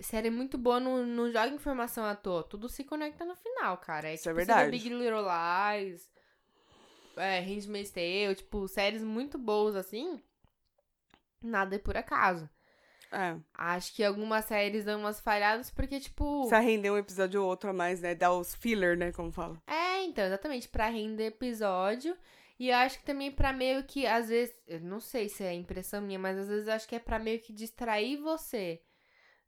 Série muito boa não, não joga informação à toa, tudo se conecta no final, cara. É, Isso é tipo, você vê verdade. Big Little Lies, é, Handmaid's Tale, tipo, séries muito boas assim, nada é por acaso. É. Tipo, Acho que algumas séries dão umas falhadas porque, tipo... Precisa render um episódio ou outro a mais, né? Dar os filler, né? Como fala. É, então, exatamente, pra render episódio. E eu acho que também é pra meio que, às vezes, eu não sei se é impressão minha, mas às vezes eu acho que é pra meio que distrair você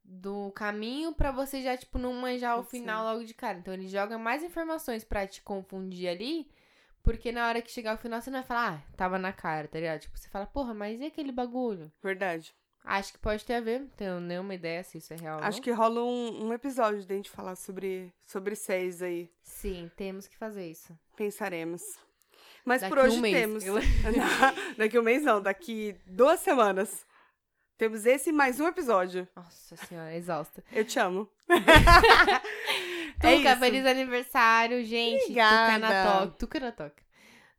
do caminho pra você já, tipo, não manjar o Sim. final logo de cara. Então ele joga mais informações pra te confundir ali, porque na hora que chegar o final você não vai falar, ah, tava na cara, tá ligado? Tipo, você fala, porra, mas e aquele bagulho? Verdade. Acho que pode ter a ver, não tenho nenhuma ideia se isso é real. Acho que rola um, um episódio de a gente falar sobre, sobre séries aí. Sim, temos que fazer isso. Pensaremos. Mas Daqui por hoje um mês. temos. Na- daqui um mês não, daqui duas semanas. Temos esse e mais um episódio. Nossa senhora, exausta. Eu te amo. É Tuca, isso. feliz aniversário, gente. Tuca na Obrigada. Tóquio. Tuca na Tóquio.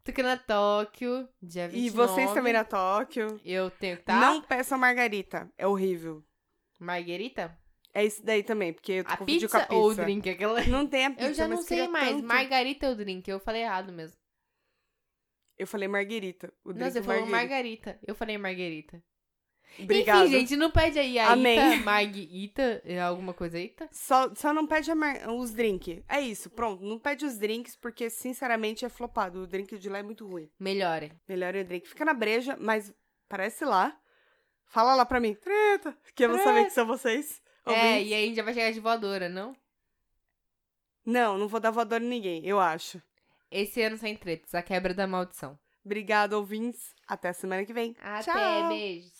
Tuca na Tóquio, dia 29. E vocês também na Tóquio. Eu tenho que tá? Não peçam margarita. É horrível. Marguerita? É isso daí também, porque eu A confundi pizza, com a pizza. ou o drink? Aquela... Não tem a pizza, Eu já mas não sei queria mais. tanto. Margarita ou drink? Eu falei errado mesmo. Eu falei margarita. O não, drink você é falou margarita. margarita. Eu falei margarita. Obrigada. Enfim, gente, não pede aí a Amém. Ita, Marguita, é alguma coisa Ita? Só, só não pede a mar- os drinks. É isso, pronto. Não pede os drinks, porque, sinceramente, é flopado. O drink de lá é muito ruim. Melhorem. Melhor é o drink. Fica na breja, mas parece lá. Fala lá pra mim. Treta! Que eu vou saber que são vocês. É, ouvintes. e aí a gente já vai chegar de voadora, não? Não, não vou dar voador em ninguém, eu acho. Esse ano sem tretas, a quebra da maldição. Obrigada, ouvintes. Até semana que vem. Até, Tchau. beijos.